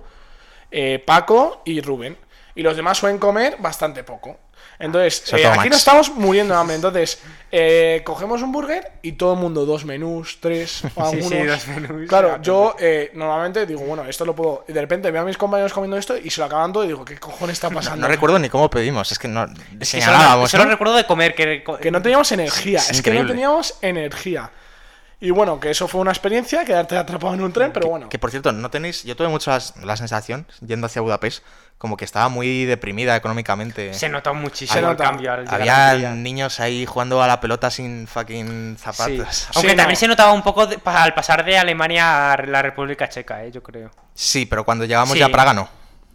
[SPEAKER 3] eh, Paco y Rubén. Y los demás suelen comer bastante poco. Entonces,
[SPEAKER 2] Sobre
[SPEAKER 3] eh,
[SPEAKER 2] todo
[SPEAKER 3] aquí
[SPEAKER 2] Max.
[SPEAKER 3] no estamos muriendo de hambre. Entonces, eh, cogemos un burger y todo el mundo dos menús, tres, o
[SPEAKER 1] Sí,
[SPEAKER 3] algunos.
[SPEAKER 1] sí, dos menús.
[SPEAKER 3] Claro, yo eh, normalmente digo, bueno, esto lo puedo. Y de repente veo a mis compañeros comiendo esto y se lo acaban todo y digo, ¿qué cojones está
[SPEAKER 2] No,
[SPEAKER 3] pasando?
[SPEAKER 2] recuerdo ni cómo pedimos, es que no...
[SPEAKER 1] Que solo,
[SPEAKER 2] señalábamos,
[SPEAKER 1] solo
[SPEAKER 2] ¿no?
[SPEAKER 1] recuerdo de comer. Que,
[SPEAKER 3] Que no teníamos energía,
[SPEAKER 2] Es
[SPEAKER 3] es, que no
[SPEAKER 2] increíble.
[SPEAKER 3] teníamos energía. Y bueno, que eso fue una experiencia, quedarte atrapado en un tren, pero bueno.
[SPEAKER 2] Que por cierto, no tenéis... Yo tuve mucho las- la, sensación, yendo hacia Budapest, como que estaba muy deprimida económicamente.
[SPEAKER 1] Se notó muchísimo
[SPEAKER 3] Se
[SPEAKER 1] el
[SPEAKER 3] nota.
[SPEAKER 1] cambio. al llegar
[SPEAKER 2] Había
[SPEAKER 1] al día.
[SPEAKER 2] niños ahí jugando a la pelota sin fucking
[SPEAKER 1] Sí.
[SPEAKER 2] zapatos.
[SPEAKER 1] Aunque
[SPEAKER 3] Sí, no.
[SPEAKER 1] también se notaba un poco de- pa- al pasar de Alemania a la República Checa, eh, yo creo.
[SPEAKER 2] Sí, pero cuando llegamos
[SPEAKER 1] Sí.
[SPEAKER 2] ya a Praga no.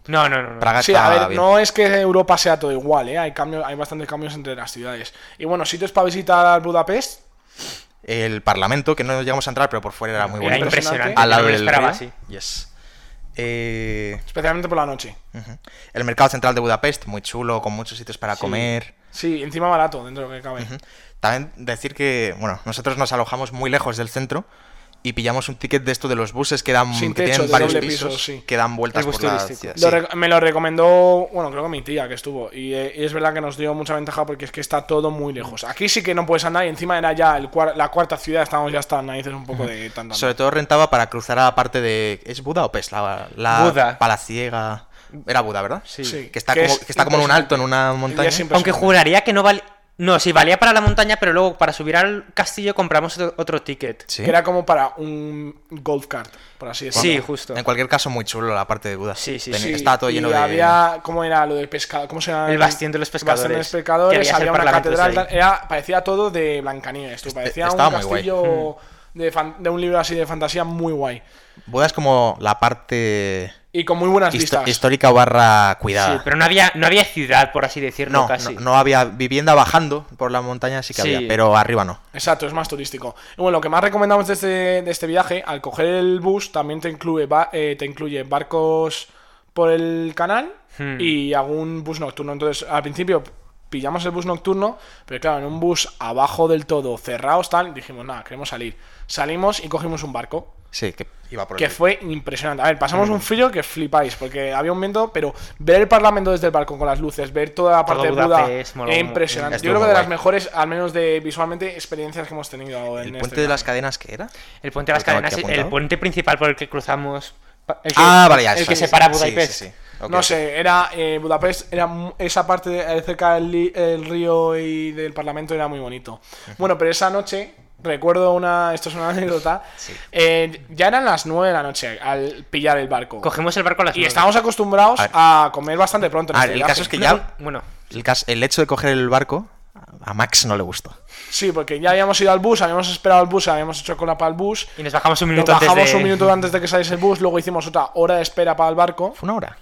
[SPEAKER 1] No, no, no. no.
[SPEAKER 2] Praga
[SPEAKER 3] Sí, a
[SPEAKER 2] Ah, estaba
[SPEAKER 3] ver,
[SPEAKER 2] bien.
[SPEAKER 3] no es que Europa sea todo igual, ¿eh? Hay, cambio, hay bastantes cambios entre las ciudades. Y bueno, sitios para visitar Budapest,
[SPEAKER 2] El Parlamento, que no llegamos a entrar, pero por fuera era muy
[SPEAKER 1] Era
[SPEAKER 2] bonito.
[SPEAKER 1] impresionante.
[SPEAKER 3] impresionante.
[SPEAKER 2] Al lado
[SPEAKER 1] no me lo
[SPEAKER 2] del
[SPEAKER 1] esperaba
[SPEAKER 2] río.
[SPEAKER 1] así.
[SPEAKER 2] Yes. Eh,
[SPEAKER 3] especialmente por la noche.
[SPEAKER 2] ujú. El mercado central de Budapest, muy chulo, con muchos sitios para comer.
[SPEAKER 3] Sí, encima barato, dentro de lo que cabe.
[SPEAKER 2] También decir que, bueno, nosotros nos alojamos muy lejos del centro y pillamos un ticket de esto de los buses que dan
[SPEAKER 3] Sin
[SPEAKER 2] que
[SPEAKER 3] techo,
[SPEAKER 2] tienen
[SPEAKER 3] de
[SPEAKER 2] varios
[SPEAKER 3] doble
[SPEAKER 2] pisos,
[SPEAKER 3] piso, sí.
[SPEAKER 2] que dan vueltas
[SPEAKER 1] El bus
[SPEAKER 2] por la
[SPEAKER 1] turístico.
[SPEAKER 2] ciudad.
[SPEAKER 3] Lo
[SPEAKER 2] sí.
[SPEAKER 3] rec- me lo recomendó, bueno, creo que mi tía que estuvo. Y, eh, y es verdad que nos dio mucha ventaja porque es que está todo muy lejos. Aquí sí que no puedes andar y encima era ya el cuar- la cuarta ciudad, estábamos ya hasta las narices un poco de tanta.
[SPEAKER 2] Sobre todo rentaba para cruzar a la parte de... ¿Es Buda o Pes? La, la
[SPEAKER 1] Buda.
[SPEAKER 2] palaciega... Era Buda, ¿verdad?
[SPEAKER 1] Sí.
[SPEAKER 3] Sí.
[SPEAKER 2] Que está,
[SPEAKER 3] Que
[SPEAKER 2] como,
[SPEAKER 3] es
[SPEAKER 2] que está como en un alto, en una montaña.
[SPEAKER 3] es impresionante.
[SPEAKER 1] Aunque juraría que no valía. No, sí, valía para la montaña, pero luego para subir al castillo compramos otro, otro ticket.
[SPEAKER 2] Sí.
[SPEAKER 3] Que era como para un golf cart, por así decirlo.
[SPEAKER 1] Sí, justo.
[SPEAKER 2] En cualquier caso, muy chulo la parte de Buda.
[SPEAKER 1] Sí, sí,
[SPEAKER 2] Ten-
[SPEAKER 1] sí.
[SPEAKER 2] Está todo
[SPEAKER 3] y
[SPEAKER 2] lleno de...
[SPEAKER 3] Había, ¿cómo era lo del pescado? ¿Cómo se llama?
[SPEAKER 1] El bastión de los pescadores,
[SPEAKER 3] Bastión de los
[SPEAKER 1] que
[SPEAKER 3] pescadores,
[SPEAKER 1] había
[SPEAKER 3] había,
[SPEAKER 1] ser
[SPEAKER 3] una
[SPEAKER 1] parlamentos
[SPEAKER 3] catedral.
[SPEAKER 1] ahí.
[SPEAKER 3] tal, Era, parecía todo de Blancanieves, tú. Parecía un
[SPEAKER 2] estaba muy guay. Hmm.
[SPEAKER 3] castillo de, fan- de un libro así de fantasía muy guay.
[SPEAKER 2] Buda es como la parte
[SPEAKER 3] Y con muy buenas
[SPEAKER 2] histo-
[SPEAKER 3] vistas.
[SPEAKER 2] histórica barra cuidada.
[SPEAKER 1] Sí, pero no había, no había ciudad, por así decirlo,
[SPEAKER 2] no,
[SPEAKER 1] casi.
[SPEAKER 2] no, no había vivienda bajando por la montaña, sí que
[SPEAKER 1] Sí.
[SPEAKER 2] había, pero arriba no.
[SPEAKER 3] Exacto, es más turístico. Y bueno, lo que más recomendamos de este, de este viaje, al coger el bus, también te incluye, ba- eh, te incluye barcos por el canal
[SPEAKER 1] Hmm.
[SPEAKER 3] y algún bus nocturno. Entonces, al principio pillamos el bus nocturno, pero claro, en un bus abajo del todo, cerrados, tal, dijimos, nada, queremos salir. Salimos y cogimos un barco.
[SPEAKER 2] Sí, que iba por Mm. el-
[SPEAKER 3] Que fue impresionante. A ver, pasamos un frío que flipáis, porque había un viento, pero ver el Parlamento desde el balcón con las luces, ver toda la parte de Buda,
[SPEAKER 1] Budapest, moló
[SPEAKER 3] eh,
[SPEAKER 1] un-
[SPEAKER 3] impresionante.
[SPEAKER 2] estuvo
[SPEAKER 3] Yo creo que
[SPEAKER 2] muy
[SPEAKER 3] de las
[SPEAKER 2] guay.
[SPEAKER 3] mejores, al menos de visualmente, experiencias que hemos tenido en
[SPEAKER 2] ¿El
[SPEAKER 3] este
[SPEAKER 2] puente de las
[SPEAKER 3] viaje.
[SPEAKER 2] cadenas que era?
[SPEAKER 1] El puente de las
[SPEAKER 2] Lo tengo aquí
[SPEAKER 1] cadenas, el
[SPEAKER 2] apuntado.
[SPEAKER 1] puente principal por el que cruzamos. pa- el que-
[SPEAKER 2] ah, vale, ya.
[SPEAKER 1] El
[SPEAKER 2] está,
[SPEAKER 1] que
[SPEAKER 2] sí,
[SPEAKER 1] separa
[SPEAKER 2] sí,
[SPEAKER 1] Buda y
[SPEAKER 2] sí,
[SPEAKER 1] Pest.
[SPEAKER 2] sí, sí. Ok,
[SPEAKER 3] No
[SPEAKER 2] ok.
[SPEAKER 3] sé, era eh, Budapest, era mu- esa parte de- eh, cerca del li- el río y del Parlamento era muy bonito. Bueno, pero esa noche, recuerdo una, esto es una anécdota, eh, ya eran las 9 de la noche al pillar el barco.
[SPEAKER 1] Cogemos el barco a las
[SPEAKER 3] y
[SPEAKER 1] nueve.
[SPEAKER 3] estábamos acostumbrados
[SPEAKER 2] A ver.
[SPEAKER 3] a comer bastante pronto. en
[SPEAKER 2] Ah,
[SPEAKER 3] este
[SPEAKER 2] el
[SPEAKER 3] viaje.
[SPEAKER 2] caso es que
[SPEAKER 1] No,
[SPEAKER 2] ya
[SPEAKER 1] Bueno,
[SPEAKER 2] el, cas- el hecho de coger el barco a Max no le gustó.
[SPEAKER 3] Sí, porque ya habíamos ido al bus, habíamos esperado al bus, habíamos hecho cola para el bus.
[SPEAKER 1] Y nos bajamos un
[SPEAKER 3] Nos
[SPEAKER 1] minuto
[SPEAKER 3] bajamos
[SPEAKER 1] antes de...
[SPEAKER 3] un minuto antes de que saliese el bus, luego hicimos otra hora de espera para el barco.
[SPEAKER 2] Fue una hora.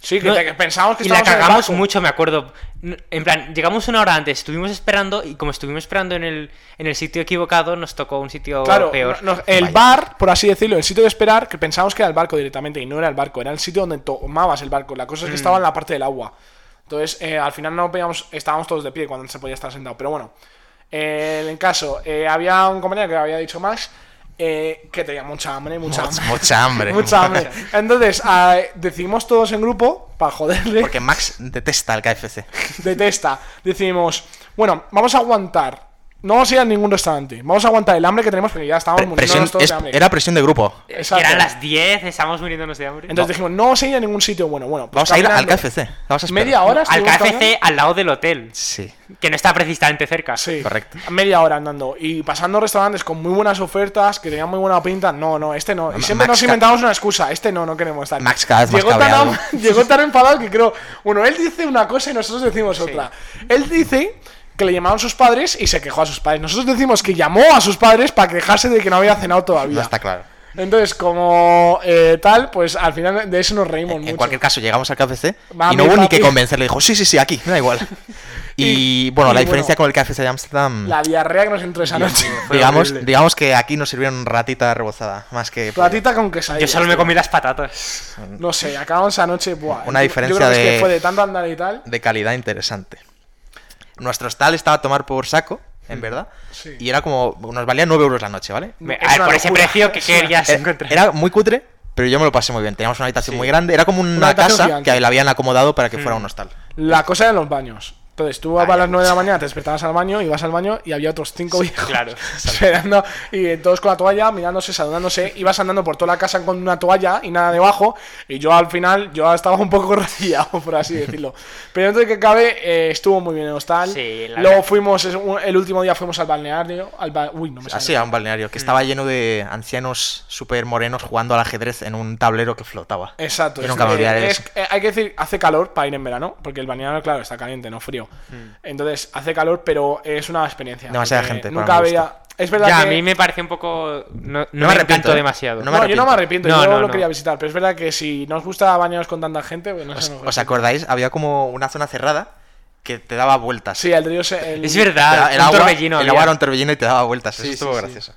[SPEAKER 3] Sí, que,
[SPEAKER 1] No,
[SPEAKER 3] te- que pensamos que
[SPEAKER 1] y la
[SPEAKER 3] estábamos en el
[SPEAKER 1] cagamos
[SPEAKER 3] barco.
[SPEAKER 1] mucho, me acuerdo. N- En plan, llegamos una hora antes, estuvimos esperando y como estuvimos esperando en el, en el sitio equivocado, nos tocó un sitio
[SPEAKER 3] Claro,
[SPEAKER 1] peor.
[SPEAKER 3] no- no- el
[SPEAKER 2] Vaya.
[SPEAKER 3] bar, por así decirlo, el sitio de esperar, que pensábamos que era el barco directamente y no era el barco, era el sitio donde tomabas el barco. La
[SPEAKER 2] Mm.
[SPEAKER 3] cosa es que estaba en la parte del agua. Entonces, eh, al final no podíamos, estábamos todos de pie cuando se podía estar sentado. Pero bueno, eh, en caso, eh, había un compañero que había dicho Max eh, que tenía mucha hambre, mucha
[SPEAKER 2] Mucha,
[SPEAKER 3] hambre.
[SPEAKER 2] mucha hambre.
[SPEAKER 3] Mucha hambre. Entonces, eh, decidimos todos en grupo, para joderle,
[SPEAKER 2] Porque Max detesta el KFC.
[SPEAKER 3] detesta. Decimos, bueno, vamos a aguantar. No vamos a ir a ningún restaurante. Vamos a aguantar el hambre que tenemos porque ya estábamos
[SPEAKER 2] Pre- presión-
[SPEAKER 3] muriéndonos todos
[SPEAKER 2] es-
[SPEAKER 3] de hambre. Eh,
[SPEAKER 2] era presión de grupo.
[SPEAKER 1] Es que
[SPEAKER 3] Exacto.
[SPEAKER 1] eran las 10, estábamos muriéndonos de hambre.
[SPEAKER 3] Entonces dijimos, no vamos a ir a ningún sitio bueno. Bueno, pues
[SPEAKER 2] Vamos a ir al
[SPEAKER 3] caminando.
[SPEAKER 2] KFC. Vamos a esperar.
[SPEAKER 3] Media hora
[SPEAKER 1] al
[SPEAKER 3] estuvimos
[SPEAKER 1] KFC
[SPEAKER 3] caminando.
[SPEAKER 1] al lado del hotel,
[SPEAKER 2] Sí.
[SPEAKER 1] que no está precisamente cerca.
[SPEAKER 3] Sí,
[SPEAKER 2] Correcto.
[SPEAKER 3] Media hora andando. Y pasando restaurantes con muy buenas ofertas, que tenían muy buena pinta. No, no, este no. Y
[SPEAKER 2] Ma-
[SPEAKER 3] siempre
[SPEAKER 2] Max
[SPEAKER 3] nos
[SPEAKER 2] Ca-
[SPEAKER 3] inventamos una excusa. Este no, no queremos estar.
[SPEAKER 2] Max cada vez más
[SPEAKER 3] llegó tan,
[SPEAKER 2] cabreado.
[SPEAKER 3] am- llegó tan enfadado que creo. Bueno, él dice una cosa y nosotros decimos otra. Él dice que le llamaron sus padres y se quejó a sus padres. Nosotros decimos que llamó a sus padres para quejarse de que no había cenado todavía.
[SPEAKER 2] No está claro.
[SPEAKER 3] Entonces, como eh, tal, pues al final de eso nos reímos
[SPEAKER 2] En
[SPEAKER 3] mucho.
[SPEAKER 2] cualquier caso, llegamos al KFC
[SPEAKER 3] Mami,
[SPEAKER 2] y no hubo ni
[SPEAKER 3] papi.
[SPEAKER 2] que convencerle. Dijo, sí, sí, sí, aquí, me da igual. Y,
[SPEAKER 3] Y-
[SPEAKER 2] bueno,
[SPEAKER 3] y
[SPEAKER 2] la diferencia
[SPEAKER 3] bueno,
[SPEAKER 2] con el KFC de Amsterdam,
[SPEAKER 3] La diarrea que nos entró esa noche.
[SPEAKER 2] digamos, digamos que aquí nos sirvieron ratita rebozada, más que pollo.
[SPEAKER 3] Platita con quesadilla.
[SPEAKER 1] Yo solo me comí las patatas.
[SPEAKER 3] No sé, acabamos esa noche. Buah,
[SPEAKER 2] Una
[SPEAKER 3] yo-
[SPEAKER 2] diferencia
[SPEAKER 3] yo creo que es que
[SPEAKER 2] de-
[SPEAKER 3] fue de tanto andar y tal.
[SPEAKER 2] de calidad interesante. Nuestro tal estaba a tomar por saco, en verdad,
[SPEAKER 3] Mm. Sí.
[SPEAKER 2] y era como, nos valía 9 euros la noche, ¿vale?
[SPEAKER 1] Me-
[SPEAKER 3] Es
[SPEAKER 1] a ver,
[SPEAKER 3] una
[SPEAKER 1] por ese
[SPEAKER 3] locura.
[SPEAKER 1] precio que
[SPEAKER 3] Es una-
[SPEAKER 1] querías
[SPEAKER 2] Era,
[SPEAKER 1] encontrar.
[SPEAKER 2] era muy cutre, pero yo me lo pasé muy bien. Teníamos una habitación muy grande, era como una,
[SPEAKER 3] habitación
[SPEAKER 2] casa
[SPEAKER 3] gigante. Mm.
[SPEAKER 2] que la habían acomodado para que fuera un hostal.
[SPEAKER 3] La cosa de los baños. Entonces tú a las 9 de la mañana te despertabas al baño, ibas al baño y había otros cinco viejos
[SPEAKER 1] claro.
[SPEAKER 3] esperando y eh, todos con la toalla, mirándose, saludándose. Ibas andando por toda la casa con una toalla y nada debajo. Y yo al final, yo estaba un poco rayado, por así decirlo. Pero antes de que acabe, eh, estuvo muy bien el hostal.
[SPEAKER 1] Sí, la
[SPEAKER 3] Luego
[SPEAKER 1] verdad.
[SPEAKER 3] fuimos, es un- el último día fuimos al balneario. Al ba- Uy, no me sale.
[SPEAKER 2] Así, a un balneario
[SPEAKER 3] Mm.
[SPEAKER 2] que estaba lleno de ancianos súper morenos jugando al ajedrez en un tablero que flotaba.
[SPEAKER 3] Exacto.
[SPEAKER 2] Yo
[SPEAKER 3] es-
[SPEAKER 2] nunca me
[SPEAKER 3] eh,
[SPEAKER 2] olvidaré de
[SPEAKER 3] es-
[SPEAKER 2] eso.
[SPEAKER 3] eh, hay que decir, hace calor para ir en verano, porque el balneario, claro, está caliente, no frío. Entonces, hace calor, pero es una experiencia.
[SPEAKER 2] Mm. Demasiada
[SPEAKER 3] porque
[SPEAKER 2] gente, para
[SPEAKER 3] Nunca
[SPEAKER 2] mi gusto.
[SPEAKER 3] había... Es verdad
[SPEAKER 1] Ya,
[SPEAKER 3] que...
[SPEAKER 1] a mí me parece un poco... No, no me,
[SPEAKER 2] arrepiento,
[SPEAKER 1] encantó
[SPEAKER 2] ¿eh?
[SPEAKER 1] demasiado.
[SPEAKER 2] No
[SPEAKER 3] No,
[SPEAKER 2] me
[SPEAKER 3] yo no me arrepiento,
[SPEAKER 1] No,
[SPEAKER 3] yo
[SPEAKER 1] no,
[SPEAKER 3] lo
[SPEAKER 1] no.
[SPEAKER 3] quería visitar, pero es verdad que si nos gusta bañarnos con tanta gente, pues no se nos
[SPEAKER 2] ¿Os acordáis? Había como una zona cerrada que te daba vueltas.
[SPEAKER 3] Sí, el río... se- el-
[SPEAKER 1] Es verdad,
[SPEAKER 2] el
[SPEAKER 1] un
[SPEAKER 2] agua,
[SPEAKER 1] torbellino
[SPEAKER 2] el
[SPEAKER 1] había.
[SPEAKER 2] agua era un torbellino y te daba vueltas. Eso
[SPEAKER 3] sí,
[SPEAKER 2] estuvo
[SPEAKER 3] sí.
[SPEAKER 2] gracioso.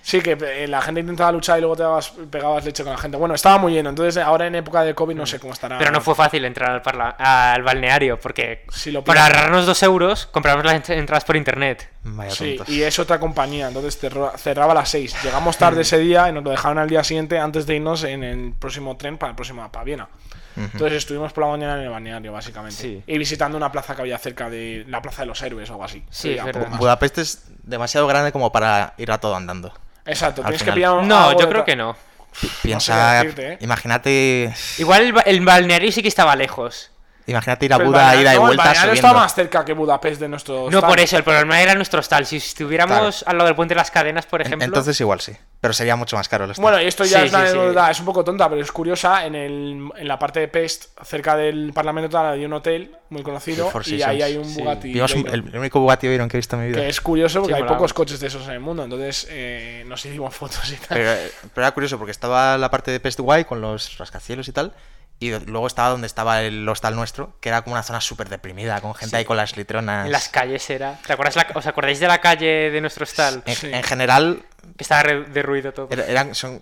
[SPEAKER 3] Sí, que eh, la gente intentaba luchar y luego te dabas- pegabas leche con la gente. Bueno, estaba muy lleno, entonces ahora en época de
[SPEAKER 2] Mm.
[SPEAKER 3] COVID no sé cómo estará.
[SPEAKER 1] Pero no fue fácil entrar al, parla- al balneario, porque
[SPEAKER 3] Sí, lo
[SPEAKER 1] para
[SPEAKER 3] pillan.
[SPEAKER 1] ahorrarnos dos euros, compramos las ent- entradas por internet.
[SPEAKER 2] Vaya
[SPEAKER 3] Sí,
[SPEAKER 2] tontos.
[SPEAKER 3] y es otra compañía, entonces cerro- cerraba a las 6. Llegamos tarde ese día y nos lo dejaron al día siguiente antes de irnos en el próximo tren para el próximo para Viena. Entonces estuvimos por la mañana en el balneario, básicamente.
[SPEAKER 1] Sí.
[SPEAKER 3] Y visitando una plaza que había cerca de la Plaza de los Héroes o algo así.
[SPEAKER 1] Sí,
[SPEAKER 3] Sería
[SPEAKER 1] es
[SPEAKER 3] poco
[SPEAKER 1] verdad.
[SPEAKER 3] más.
[SPEAKER 2] Budapest es demasiado grande como para ir a todo andando.
[SPEAKER 3] Exacto,
[SPEAKER 2] Al
[SPEAKER 3] tienes que
[SPEAKER 2] final.
[SPEAKER 3] pillar un-
[SPEAKER 1] No,
[SPEAKER 3] algo
[SPEAKER 1] yo
[SPEAKER 3] de
[SPEAKER 1] creo
[SPEAKER 3] tra-
[SPEAKER 1] que no.
[SPEAKER 2] Pi- Piensa,
[SPEAKER 3] decirte, ¿eh?
[SPEAKER 2] imagínate,
[SPEAKER 1] Igual el, ba- el balneario sí que estaba lejos.
[SPEAKER 2] imagínate ir a
[SPEAKER 3] Pero el
[SPEAKER 2] Buda,
[SPEAKER 3] balneario-
[SPEAKER 2] ida y
[SPEAKER 3] no,
[SPEAKER 2] vuelta
[SPEAKER 3] El balneario está
[SPEAKER 2] subiendo.
[SPEAKER 3] más cerca que Budapest de nuestro.
[SPEAKER 1] No,
[SPEAKER 3] stand.
[SPEAKER 1] por eso, el problema era nuestro hostal. Si estuviéramos al lado del puente de las cadenas, por
[SPEAKER 2] En-
[SPEAKER 1] ejemplo...
[SPEAKER 2] Entonces igual sí, pero sería mucho más caro. el hostal.
[SPEAKER 3] Bueno, y esto ya
[SPEAKER 1] Sí,
[SPEAKER 3] es una
[SPEAKER 1] sí, sí.
[SPEAKER 3] anécdota, es un poco tonta, pero es curiosa. En, el, en la parte de Pest, cerca del Parlamento, tal, hay un hotel muy conocido
[SPEAKER 2] El Four
[SPEAKER 3] y ahí
[SPEAKER 2] Seasons,
[SPEAKER 3] hay un
[SPEAKER 1] sí.
[SPEAKER 3] Bugatti.
[SPEAKER 2] Vimos un-
[SPEAKER 3] Veyron.
[SPEAKER 2] el, el único Bugatti Veyron que he visto en mi vida.
[SPEAKER 3] Que es curioso porque
[SPEAKER 1] Sí,
[SPEAKER 3] hay
[SPEAKER 1] molaba.
[SPEAKER 3] pocos coches de esos en el mundo. Entonces eh, nos hicimos fotos y tal.
[SPEAKER 2] Pero, pero era curioso porque estaba la parte de Pest Guay con los rascacielos y tal. Y luego estaba donde estaba el hostal nuestro, que era como una zona súper deprimida, con gente ahí con las litronas.
[SPEAKER 1] En las calles era. ¿Te acuerdas la- ¿Os acordáis de la calle de nuestro hostal?
[SPEAKER 2] En,
[SPEAKER 3] Sí.
[SPEAKER 2] en general,
[SPEAKER 1] Que estaba re- de ruido todo.
[SPEAKER 2] era- eran, son,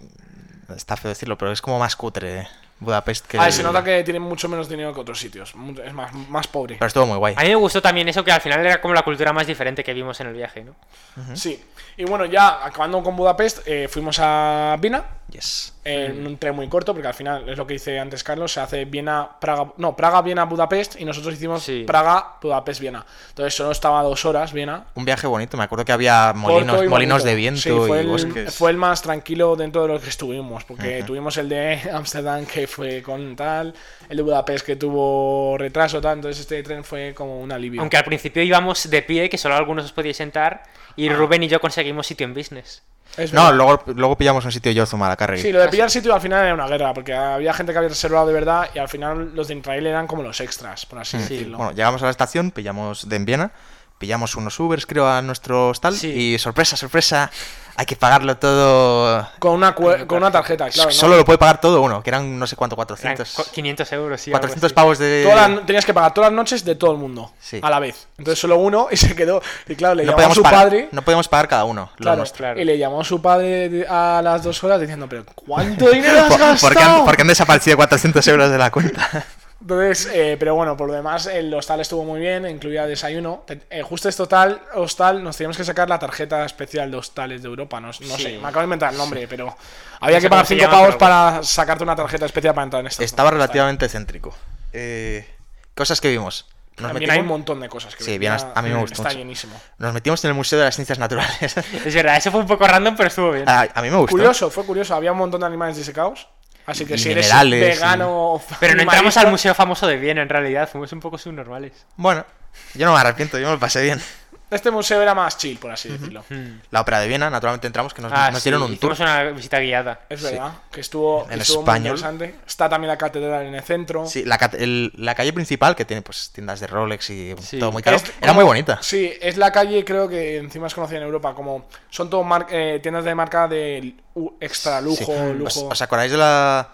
[SPEAKER 2] está feo decirlo, pero es como más cutre eh, Budapest que.
[SPEAKER 3] Ah, y
[SPEAKER 2] el-
[SPEAKER 3] se nota que tienen mucho menos dinero que otros sitios. Mu- Es más, más pobre.
[SPEAKER 2] Pero estuvo muy guay.
[SPEAKER 1] A mí me gustó también eso, que al final era como la cultura más diferente que vimos en el viaje, ¿no?
[SPEAKER 3] Sí. Y bueno, ya acabando con Budapest, eh, fuimos a Viena.
[SPEAKER 2] Yes.
[SPEAKER 3] En un tren muy corto, porque al final es lo que dice antes Carlos, se hace Viena, Praga, no, Praga, Viena, Budapest, y nosotros hicimos
[SPEAKER 1] Sí.
[SPEAKER 3] Praga, Budapest, Viena. Entonces solo estaba dos horas Viena.
[SPEAKER 2] Un viaje bonito, me acuerdo que había
[SPEAKER 3] Corto
[SPEAKER 2] molinos,
[SPEAKER 3] y
[SPEAKER 2] molinos
[SPEAKER 3] bonito.
[SPEAKER 2] de viento
[SPEAKER 3] Sí, fue
[SPEAKER 2] y
[SPEAKER 3] el,
[SPEAKER 2] bosques.
[SPEAKER 3] Fue el más tranquilo dentro de los que estuvimos, porque tuvimos el de Ámsterdam que fue con tal, el de Budapest que tuvo retraso, tal, entonces este tren fue como un alivio.
[SPEAKER 1] Aunque al principio íbamos de pie, que solo algunos os podíais sentar, y
[SPEAKER 2] Ah.
[SPEAKER 1] Rubén y yo conseguimos sitio en business.
[SPEAKER 3] Es
[SPEAKER 2] No,
[SPEAKER 3] verdad.
[SPEAKER 2] luego, luego pillamos un sitio yo Zumalacárregui.
[SPEAKER 3] Sí, lo de pillar sitio al final era una guerra, porque había gente que había reservado de verdad
[SPEAKER 2] Mm,
[SPEAKER 3] y al final los de Intrail eran como los extras, por así decirlo.
[SPEAKER 2] Bueno, llegamos a la estación, pillamos de en Viena, pillamos unos Ubers, creo, a nuestros tal. Y sorpresa, sorpresa, hay que pagarlo todo.
[SPEAKER 3] Con una, cue- con una tarjeta, claro. ¿no?
[SPEAKER 2] Solo lo puede pagar todo uno, que eran no sé cuánto,
[SPEAKER 1] Eran
[SPEAKER 2] 400.
[SPEAKER 1] cu- 500 euros, sí. algo
[SPEAKER 2] 400
[SPEAKER 1] así.
[SPEAKER 2] pavos de.
[SPEAKER 3] Todas las- tenías que pagar todas las noches de todo el mundo
[SPEAKER 2] Sí.
[SPEAKER 3] a la vez. Entonces solo uno y se quedó. Y claro, le
[SPEAKER 2] no
[SPEAKER 3] llamó a
[SPEAKER 2] podíamos
[SPEAKER 3] su
[SPEAKER 2] pagar,
[SPEAKER 3] padre.
[SPEAKER 2] no podíamos pagar cada uno. lo
[SPEAKER 3] claro,
[SPEAKER 2] nuestro.
[SPEAKER 1] claro.
[SPEAKER 3] Y le llamó a su padre de- a las dos horas diciendo, pero ¿cuánto dinero has
[SPEAKER 2] Por-
[SPEAKER 3] gastado?
[SPEAKER 2] porque, han, porque han desaparecido 400 euros de la cuenta.
[SPEAKER 3] Entonces, eh, pero bueno, por lo demás, el hostal estuvo muy bien, incluía desayuno. Te- eh, justo este hostal, hostal nos teníamos que sacar la tarjeta especial de hostales de Europa, no, no sé, me acabo de inventar el nombre, pero había
[SPEAKER 1] No sé
[SPEAKER 3] que pagar
[SPEAKER 1] cómo se
[SPEAKER 3] 5
[SPEAKER 1] llama,
[SPEAKER 3] pavos
[SPEAKER 1] pero bueno.
[SPEAKER 3] para sacarte una tarjeta especial para entrar en este
[SPEAKER 2] Estaba
[SPEAKER 3] hostal.
[SPEAKER 2] relativamente céntrico. Eh, cosas que vimos. Nos
[SPEAKER 3] También hay un
[SPEAKER 2] metimos,
[SPEAKER 3] montón de cosas que
[SPEAKER 2] Sí,
[SPEAKER 3] ver,
[SPEAKER 2] bien,
[SPEAKER 3] ya-
[SPEAKER 2] a mí me gustó
[SPEAKER 3] Está
[SPEAKER 2] mucho.
[SPEAKER 3] llenísimo.
[SPEAKER 2] nos metimos en el Museo de las Ciencias Naturales. Ah,
[SPEAKER 1] Es verdad, eso fue un poco random, pero estuvo bien.
[SPEAKER 2] a, a mí me gustó.
[SPEAKER 3] Curioso, fue curioso, había un montón de animales disecados. Así que
[SPEAKER 2] Y
[SPEAKER 3] si eres
[SPEAKER 2] minerales,
[SPEAKER 3] vegano o
[SPEAKER 1] Pero no entramos
[SPEAKER 3] animalista-
[SPEAKER 1] al museo famoso de Viena, en realidad. Fuimos un poco subnormales.
[SPEAKER 2] Bueno, yo no me arrepiento, yo me lo pasé bien.
[SPEAKER 3] Este museo era más chill, por así decirlo.
[SPEAKER 2] La ópera de Viena, naturalmente entramos, que Hmm. nos,
[SPEAKER 1] Ah,
[SPEAKER 2] nos
[SPEAKER 1] sí,
[SPEAKER 2] dieron un tour.
[SPEAKER 1] hicimos una visita guiada.
[SPEAKER 3] Es verdad, que estuvo, que
[SPEAKER 2] En
[SPEAKER 3] estuvo muy
[SPEAKER 2] español.
[SPEAKER 3] interesante. Está también la catedral en el centro.
[SPEAKER 2] Sí, la, cate- el- la calle principal, que tiene pues tiendas de Rolex y
[SPEAKER 1] Sí.
[SPEAKER 2] todo muy caro,
[SPEAKER 3] Es
[SPEAKER 2] era
[SPEAKER 3] como-
[SPEAKER 2] muy bonita.
[SPEAKER 3] Sí, es la calle, creo que encima es conocida en Europa como. Son todo mar- eh, tiendas de marca de u- extra lujo,
[SPEAKER 2] Sí. ¿Os,
[SPEAKER 3] lujo.
[SPEAKER 2] os acordáis de la.?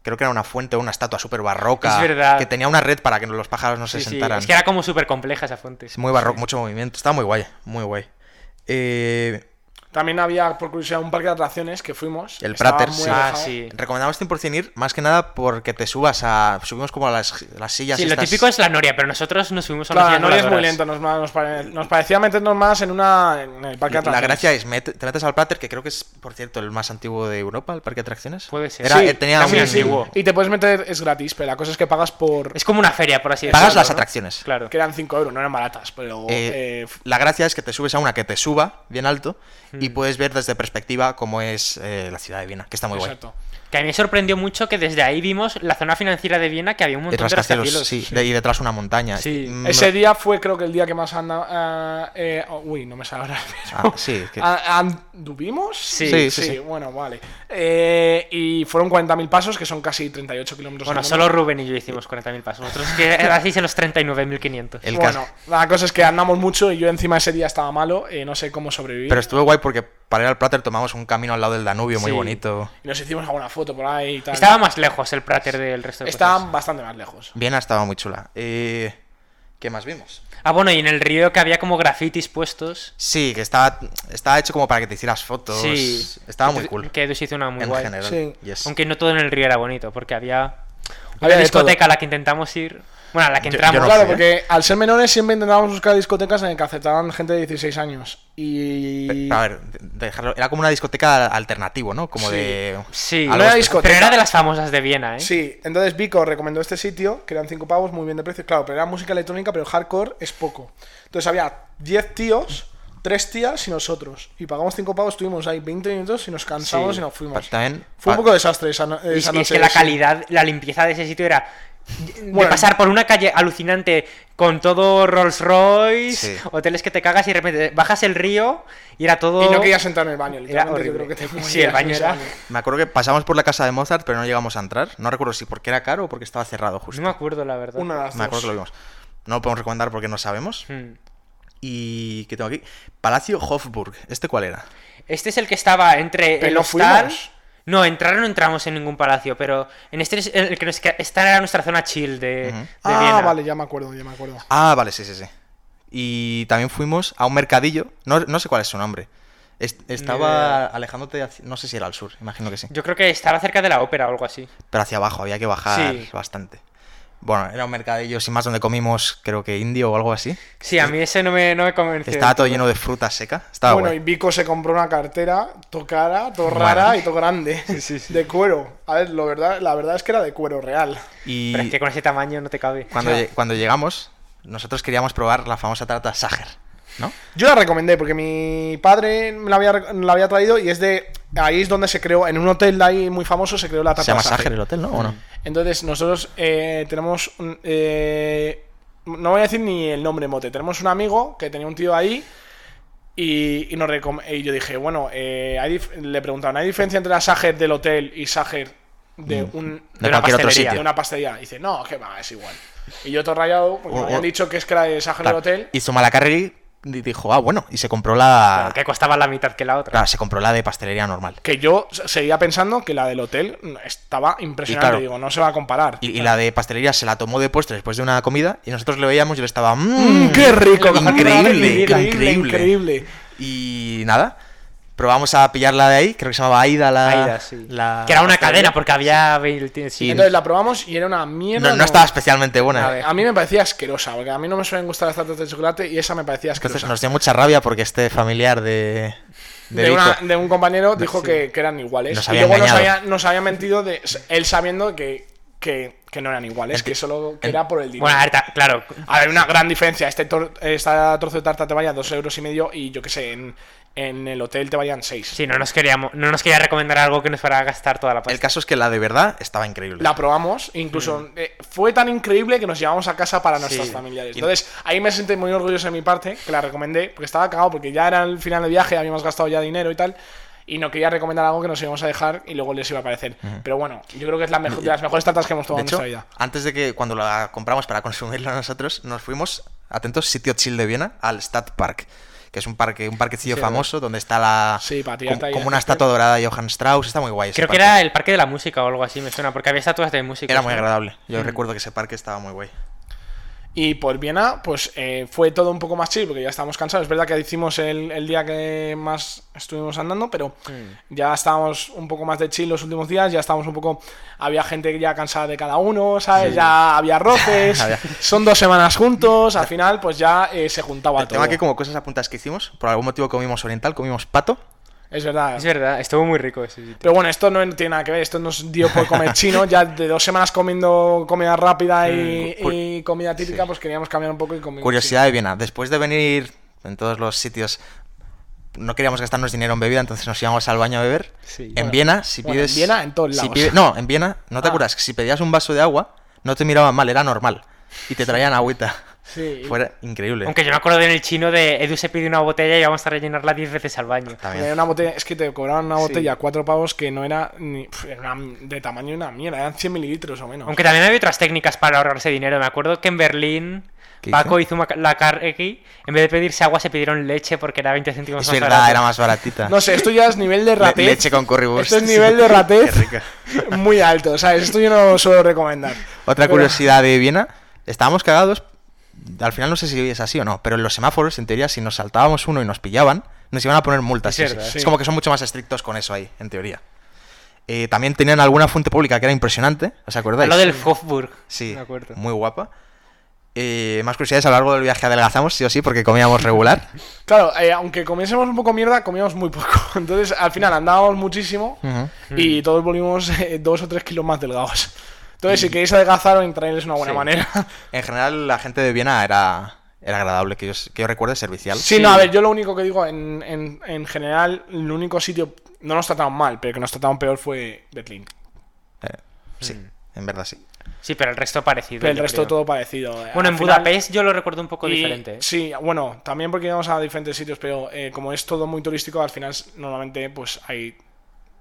[SPEAKER 2] Creo que era una fuente o una estatua súper barroca.
[SPEAKER 1] Es verdad.
[SPEAKER 2] Que tenía una red para que los pájaros no se
[SPEAKER 1] Sí, sí,
[SPEAKER 2] sentaran.
[SPEAKER 1] Es que era como súper compleja esa fuente.
[SPEAKER 2] Es muy barroco, mucho movimiento. Está muy guay, muy guay. Eh,
[SPEAKER 3] También había, por curiosidad, un parque de atracciones que fuimos.
[SPEAKER 2] El
[SPEAKER 3] Estaba
[SPEAKER 2] Prater,
[SPEAKER 3] muy
[SPEAKER 2] sí.
[SPEAKER 1] Ah,
[SPEAKER 3] alejado.
[SPEAKER 1] sí.
[SPEAKER 2] recomendamos 100% ir, más que nada porque te subas a. Subimos como a las, las sillas.
[SPEAKER 1] Sí, lo
[SPEAKER 2] estas-
[SPEAKER 1] típico es la noria, pero nosotros nos subimos a una
[SPEAKER 3] Claro,
[SPEAKER 1] silla
[SPEAKER 3] no es muy
[SPEAKER 1] voladoras.
[SPEAKER 3] lento, nos, ma- nos pare- nos parecía meternos más en una en el parque de
[SPEAKER 2] La
[SPEAKER 3] atracciones.
[SPEAKER 2] gracia es, met- te metes al Prater, que creo que es, por cierto, el más antiguo de Europa, el parque de atracciones.
[SPEAKER 1] Puede ser.
[SPEAKER 2] Era,
[SPEAKER 1] Sí,
[SPEAKER 2] eh, tenía
[SPEAKER 1] era muy
[SPEAKER 2] un-
[SPEAKER 1] antiguo.
[SPEAKER 3] Y te puedes meter, es gratis, pero la cosa es que pagas por.
[SPEAKER 1] Es como una feria, por así decirlo.
[SPEAKER 2] Pagas las
[SPEAKER 1] ¿no?
[SPEAKER 2] atracciones.
[SPEAKER 1] Claro.
[SPEAKER 3] que eran 5 euros, no eran baratas, pero.
[SPEAKER 2] Eh,
[SPEAKER 3] eh, f-
[SPEAKER 2] la gracia es que te subes a una que te suba bien alto
[SPEAKER 1] Hmm.
[SPEAKER 2] y puedes ver desde perspectiva cómo es eh, la ciudad de Viena, que está muy guay.
[SPEAKER 3] exacto.
[SPEAKER 1] Que a mí me sorprendió mucho que desde ahí vimos la zona financiera de Viena, que había un
[SPEAKER 2] Y
[SPEAKER 1] montón de
[SPEAKER 2] rascacielos,
[SPEAKER 1] rascacielos.
[SPEAKER 2] sí, de- y detrás una montaña.
[SPEAKER 1] Sí.
[SPEAKER 2] Mm,
[SPEAKER 3] Ese día fue, creo que el día que más anda. ah, eh, oh, uy, no me sale ahora.
[SPEAKER 2] ah, sí, que-
[SPEAKER 3] ¿A- ¿Anduvimos?
[SPEAKER 1] Sí.
[SPEAKER 2] Sí, sí, sí.
[SPEAKER 3] bueno, vale. Eh, y fueron 40.000 pasos, que son casi 38 kilómetros.
[SPEAKER 1] Bueno,
[SPEAKER 3] al
[SPEAKER 1] solo
[SPEAKER 3] kilómetro.
[SPEAKER 1] Rubén y yo hicimos 40.000 pasos. Nosotros que ahora sí hice los 39.500.
[SPEAKER 2] el
[SPEAKER 3] bueno,
[SPEAKER 2] cas-
[SPEAKER 3] la cosa es que andamos mucho y yo encima ese día estaba malo, eh, no sé cómo sobrevivir.
[SPEAKER 2] Pero estuvo guay porque para ir al Prater tomamos un camino al lado del Danubio muy
[SPEAKER 1] Sí.
[SPEAKER 2] bonito.
[SPEAKER 3] Y nos hicimos alguna foto por ahí y tal.
[SPEAKER 1] Estaba más lejos el Prater del resto de
[SPEAKER 3] Estaban
[SPEAKER 2] pues
[SPEAKER 1] cosas.
[SPEAKER 3] bastante más lejos.
[SPEAKER 2] Viena estaba muy chula. Eh, ¿Qué más vimos?
[SPEAKER 1] Ah, bueno, y en el río que había como grafitis puestos.
[SPEAKER 2] Sí, que estaba, estaba hecho como para que te hicieras fotos.
[SPEAKER 1] Sí.
[SPEAKER 2] Estaba muy
[SPEAKER 1] Que-
[SPEAKER 2] cool.
[SPEAKER 1] Que Edu se hizo una muy
[SPEAKER 2] en
[SPEAKER 1] guay.
[SPEAKER 2] general.
[SPEAKER 3] Sí.
[SPEAKER 2] yes.
[SPEAKER 1] Aunque no todo en el río era bonito, porque había una
[SPEAKER 3] Había de
[SPEAKER 1] discoteca a la que intentamos ir. Bueno, a la que
[SPEAKER 2] Yo- yo
[SPEAKER 1] entramos.
[SPEAKER 2] no
[SPEAKER 3] claro,
[SPEAKER 2] fui, ¿eh?
[SPEAKER 3] porque al ser menores siempre intentábamos buscar discotecas en las que aceptaban gente de 16 años. Y.
[SPEAKER 2] Pero, a ver, de- dejarlo- era como una discoteca alternativo, ¿no? Como
[SPEAKER 3] Sí.
[SPEAKER 2] de.
[SPEAKER 1] Sí,
[SPEAKER 2] algo
[SPEAKER 3] No era
[SPEAKER 2] espe-
[SPEAKER 3] disco-
[SPEAKER 1] pero era de las famosas de Viena, ¿eh?
[SPEAKER 3] Sí, entonces Vico recomendó este sitio, que eran 5 pavos, muy bien de precio. Claro, pero era música electrónica, pero hardcore es poco. Entonces había 10 tíos, 3 tías y nosotros. Y pagamos 5 pavos, estuvimos ahí 20 minutos y nos cansamos
[SPEAKER 1] Sí.
[SPEAKER 3] y nos fuimos.
[SPEAKER 2] pa- También,
[SPEAKER 3] Fue
[SPEAKER 2] pa-
[SPEAKER 3] un poco desastre esa,
[SPEAKER 1] Y,
[SPEAKER 3] no- esa
[SPEAKER 1] es- y es
[SPEAKER 3] noche.
[SPEAKER 1] que la
[SPEAKER 3] sí.
[SPEAKER 1] calidad, la limpieza de ese sitio era de
[SPEAKER 3] Bueno.
[SPEAKER 1] pasar por una calle alucinante con todo Rolls Royce,
[SPEAKER 2] Sí.
[SPEAKER 1] hoteles que te cagas y de repente bajas el río y era todo...
[SPEAKER 3] Y no querías entrar en el baño,
[SPEAKER 1] era
[SPEAKER 3] literalmente. Yo creo
[SPEAKER 1] horrible.
[SPEAKER 3] que te morías
[SPEAKER 1] Sí, el
[SPEAKER 3] en
[SPEAKER 1] baño
[SPEAKER 3] ese
[SPEAKER 1] era...
[SPEAKER 2] Me acuerdo que pasamos por la casa de Mozart, pero no llegamos a entrar. No recuerdo si porque era caro o porque estaba cerrado justo.
[SPEAKER 1] No me acuerdo, la verdad.
[SPEAKER 3] Una de las
[SPEAKER 2] Me acuerdo que lo
[SPEAKER 3] dos.
[SPEAKER 2] vimos. No lo podemos recomendar porque no sabemos.
[SPEAKER 1] Hmm.
[SPEAKER 2] Y. ¿Qué tengo aquí? Palacio Hofburg. ¿Este cuál era?
[SPEAKER 1] Este es el que estaba entre
[SPEAKER 3] Pero
[SPEAKER 1] el
[SPEAKER 3] no
[SPEAKER 1] hostal...
[SPEAKER 3] fuimos.
[SPEAKER 1] No, entrar no entramos en ningún palacio, pero en este es el que nos queda- esta era nuestra zona chill de, de
[SPEAKER 3] Ah,
[SPEAKER 1] Viena.
[SPEAKER 3] vale, ya me acuerdo, ya me acuerdo.
[SPEAKER 2] Ah, vale, sí, sí, sí. Y también fuimos a un mercadillo. No, no sé cuál es su nombre. Es- estaba alejándote. hacia- no sé si era al sur, imagino que sí.
[SPEAKER 1] Yo creo que estaba cerca de la ópera o algo así.
[SPEAKER 2] Pero hacia abajo, había que bajar
[SPEAKER 1] Sí.
[SPEAKER 2] bastante. Bueno, era un mercadillo sin más donde comimos, creo que indio o algo así.
[SPEAKER 1] Sí, a mí ese no me, no me convenció.
[SPEAKER 2] Estaba todo lleno de fruta seca. Estaba
[SPEAKER 3] bueno,
[SPEAKER 2] guay.
[SPEAKER 3] y Vico se compró una cartera, todo cara, todo rara
[SPEAKER 2] Bueno.
[SPEAKER 3] y todo grande. De cuero. A ver, lo verdad, la verdad es que era de cuero real.
[SPEAKER 2] Y
[SPEAKER 1] Pero es que con ese tamaño no te cabe.
[SPEAKER 2] cuando, lle- cuando llegamos, nosotros queríamos probar la famosa tarta Sager, ¿no?
[SPEAKER 3] Yo la recomendé porque mi padre me la había, la había traído y es de. Ahí es donde se creó, en un hotel de ahí muy famoso, se creó la
[SPEAKER 2] Se
[SPEAKER 3] tarta
[SPEAKER 2] llama
[SPEAKER 3] Sager.
[SPEAKER 2] Sager el hotel, ¿no? ¿O no?
[SPEAKER 3] Entonces, nosotros eh, tenemos. un- eh, no voy a decir ni el nombre mote. Tenemos un amigo que tenía un tío ahí. Y, y nos recom- y yo dije, bueno, eh, hay dif- le preguntaron, ¿hay diferencia entre la Sager del hotel y Sager de un.
[SPEAKER 2] De
[SPEAKER 1] una
[SPEAKER 2] cualquier otro
[SPEAKER 1] pastelería,
[SPEAKER 2] sitio.
[SPEAKER 3] de una pastelería. Y dice, no, que va, es igual. Y yo todo rayado, porque
[SPEAKER 2] O-
[SPEAKER 3] me habían
[SPEAKER 2] o-
[SPEAKER 3] dicho que es que era de Sager del
[SPEAKER 2] Claro.
[SPEAKER 3] hotel.
[SPEAKER 2] Y Zumalacarreri y dijo, ah, bueno, y se compró la...
[SPEAKER 1] Pero que costaba la mitad que la otra.
[SPEAKER 2] Claro, se compró la de pastelería normal.
[SPEAKER 3] Que yo se- seguía pensando que la del hotel estaba impresionante.
[SPEAKER 2] Y claro.
[SPEAKER 3] Digo, no se va a comparar.
[SPEAKER 2] Y, y la de pastelería se la tomó de postre después de una comida y nosotros le veíamos y le estaba... "Mm".
[SPEAKER 3] Mm, ¡Qué rico!
[SPEAKER 2] Increíble,
[SPEAKER 3] increíble,
[SPEAKER 2] increíble.
[SPEAKER 3] increíble.
[SPEAKER 2] Y nada, probamos a pillarla de ahí, creo que se llamaba Aida la...
[SPEAKER 1] Aida, sí.
[SPEAKER 2] la
[SPEAKER 1] que era una
[SPEAKER 2] pastelería.
[SPEAKER 1] cadena porque había... veinte- sí.
[SPEAKER 3] Entonces la probamos y era una mierda.
[SPEAKER 2] No, no estaba especialmente buena.
[SPEAKER 1] A ver.
[SPEAKER 3] A mí me parecía asquerosa, porque a mí no me suelen gustar las tartas de chocolate y esa me parecía
[SPEAKER 2] Entonces
[SPEAKER 3] asquerosa.
[SPEAKER 2] nos dio mucha rabia porque este familiar de... de
[SPEAKER 3] de, una-
[SPEAKER 2] Vico-
[SPEAKER 3] de un compañero dijo que, que eran iguales.
[SPEAKER 2] Nos
[SPEAKER 3] y
[SPEAKER 2] había
[SPEAKER 3] luego nos
[SPEAKER 2] engañado.
[SPEAKER 3] había, nos había mentido de, él sabiendo que, que, que no eran iguales, que solo que era por el dinero.
[SPEAKER 1] Bueno, a ver, ta- claro.
[SPEAKER 3] a ver, una gran diferencia. Este tor- esta trozo de tarta te valía dos euros y medio y yo que sé, en, en el hotel te valían seis.
[SPEAKER 1] Sí, no nos queríamos, no nos quería recomendar algo que nos fuera a gastar toda la
[SPEAKER 2] El
[SPEAKER 1] pasta.
[SPEAKER 2] caso es que la de verdad estaba increíble.
[SPEAKER 3] La probamos, incluso eh, fue tan increíble que nos llevamos a casa para nuestras
[SPEAKER 2] Sí.
[SPEAKER 3] familiares.
[SPEAKER 2] Y-
[SPEAKER 3] Entonces, ahí me senté muy orgulloso de mi parte, que la recomendé, porque estaba cagado, porque ya era el final del viaje, habíamos gastado ya dinero y tal, y no quería recomendar algo que nos íbamos a dejar y luego les iba a parecer. Pero bueno, yo creo que es la mejor, de las mejores tartas que hemos
[SPEAKER 2] De
[SPEAKER 3] tomado
[SPEAKER 2] hecho,
[SPEAKER 3] en nuestra vida.
[SPEAKER 2] antes de que cuando la compramos para consumirla nosotros, nos fuimos, atentos, sitio chill de Viena, al Stadtpark, que es un parque, un parquecillo famoso donde está la
[SPEAKER 3] Sí, para
[SPEAKER 2] como,
[SPEAKER 3] tirarte ahí
[SPEAKER 2] como
[SPEAKER 3] al
[SPEAKER 2] una
[SPEAKER 3] césped.
[SPEAKER 2] estatua dorada de Johann Strauss, está muy guay. ese
[SPEAKER 1] Creo que
[SPEAKER 2] parque.
[SPEAKER 1] era el parque de la música o algo así, me suena, porque había estatuas de música.
[SPEAKER 2] Era muy agradable.
[SPEAKER 3] Mm.
[SPEAKER 2] Yo recuerdo que ese parque estaba muy guay.
[SPEAKER 3] Y por Viena, pues eh, fue todo un poco más chill, porque ya estábamos cansados. Es verdad que hicimos el, el día que más estuvimos andando, pero
[SPEAKER 1] Mm.
[SPEAKER 3] ya estábamos un poco más de chill los últimos días, ya estábamos un poco... Había gente ya cansada de cada uno, ¿sabes? Ya había roces,
[SPEAKER 2] Había-
[SPEAKER 3] son dos semanas juntos, al final pues ya eh, se juntaba
[SPEAKER 2] El
[SPEAKER 3] todo.
[SPEAKER 2] tema que como cosas apuntas que hicimos, por algún motivo comimos oriental, comimos pato.
[SPEAKER 3] Es verdad.
[SPEAKER 1] Es verdad, estuvo muy rico ese sitio.
[SPEAKER 3] Pero bueno, esto no tiene nada que ver, esto nos dio por comer chino, ya de dos semanas comiendo comida rápida y,
[SPEAKER 2] Mm, cu-
[SPEAKER 3] y comida típica,
[SPEAKER 2] sí.
[SPEAKER 3] pues queríamos cambiar un poco y comer
[SPEAKER 2] Curiosidad de Viena, después de venir en todos los sitios no queríamos gastarnos dinero en bebida, entonces nos íbamos al baño a beber.
[SPEAKER 1] Sí.
[SPEAKER 2] en
[SPEAKER 1] Bueno,
[SPEAKER 2] Viena, si
[SPEAKER 3] bueno, en
[SPEAKER 2] pides.
[SPEAKER 3] Viena, en todos
[SPEAKER 2] si
[SPEAKER 3] lados.
[SPEAKER 2] pide- no, en Viena, no te
[SPEAKER 3] Ah.
[SPEAKER 2] acuerdas, que si pedías un vaso de agua, no te miraban mal, era normal. Y te traían agüita.
[SPEAKER 3] Sí, y-
[SPEAKER 2] Fuera increíble.
[SPEAKER 1] Aunque yo me acuerdo de en el chino de Edu se pide una botella y vamos a rellenarla 10 veces al baño.
[SPEAKER 2] También.
[SPEAKER 3] Era una botella, es que te cobraban una botella a cuatro pavos que no era ni pf, era una- de tamaño de una mierda, eran 100 mililitros o menos.
[SPEAKER 1] Aunque también había otras técnicas para ahorrarse dinero. Me acuerdo que en Berlín
[SPEAKER 2] ¿Qué
[SPEAKER 1] Paco hizo, una ca- la carrequi. En vez de pedirse agua, se pidieron leche porque era 20 céntimos
[SPEAKER 2] es
[SPEAKER 1] más
[SPEAKER 2] verdad,
[SPEAKER 1] barato.
[SPEAKER 2] era más baratita.
[SPEAKER 3] No sé, esto ya es nivel de
[SPEAKER 2] Le-
[SPEAKER 3] ratez.
[SPEAKER 2] leche con currywurst.
[SPEAKER 3] Esto es nivel de ratez
[SPEAKER 2] Qué rico.
[SPEAKER 3] muy alto, ¿sabes? Esto yo no lo suelo recomendar.
[SPEAKER 2] Otra
[SPEAKER 3] Pero-
[SPEAKER 2] curiosidad de Viena, estábamos cagados. Al final no sé si es así o no, pero en los semáforos, en teoría, si nos saltábamos uno y nos pillaban, nos iban a poner multas.
[SPEAKER 1] Es
[SPEAKER 2] sí, sí.
[SPEAKER 1] verdad,
[SPEAKER 3] sí.
[SPEAKER 2] Es como que son mucho más estrictos con eso ahí, en teoría. Eh, también tenían alguna fuente pública que era impresionante, ¿os acordáis?
[SPEAKER 1] Lo del Hofburg.
[SPEAKER 2] pues, Sí,
[SPEAKER 1] Me acuerdo.
[SPEAKER 2] muy guapa. Eh, más curiosidades, a lo largo del viaje adelgazamos, sí o sí, porque comíamos regular.
[SPEAKER 3] Claro, eh, aunque comiésemos un poco mierda, comíamos muy poco. Entonces, al final andábamos muchísimo
[SPEAKER 2] Ujú.
[SPEAKER 3] y todos volvimos eh, dos o tres kilos más delgados. Entonces,
[SPEAKER 2] Mm.
[SPEAKER 3] si queréis adelgazar, en trail es una buena
[SPEAKER 1] Sí.
[SPEAKER 3] manera.
[SPEAKER 2] En general, la gente de Viena era, era agradable, que yo, que yo recuerde, servicial.
[SPEAKER 3] Sí, no, a ver, yo lo único que digo, en, en, en general, el único sitio, no nos trataron mal, pero que nos trataron peor fue Berlín.
[SPEAKER 2] Sí, en verdad sí.
[SPEAKER 1] Sí, pero el resto eh. parecido.
[SPEAKER 3] Pero el
[SPEAKER 1] yo
[SPEAKER 3] resto
[SPEAKER 1] creo.
[SPEAKER 3] todo parecido.
[SPEAKER 1] Bueno,
[SPEAKER 3] Al
[SPEAKER 1] en
[SPEAKER 3] final-
[SPEAKER 1] Budapest yo lo recuerdo un poco
[SPEAKER 3] y-
[SPEAKER 1] diferente. ¿eh?
[SPEAKER 3] Sí, bueno, también porque íbamos a diferentes sitios, pero eh, como es todo muy turístico, al final normalmente pues hay...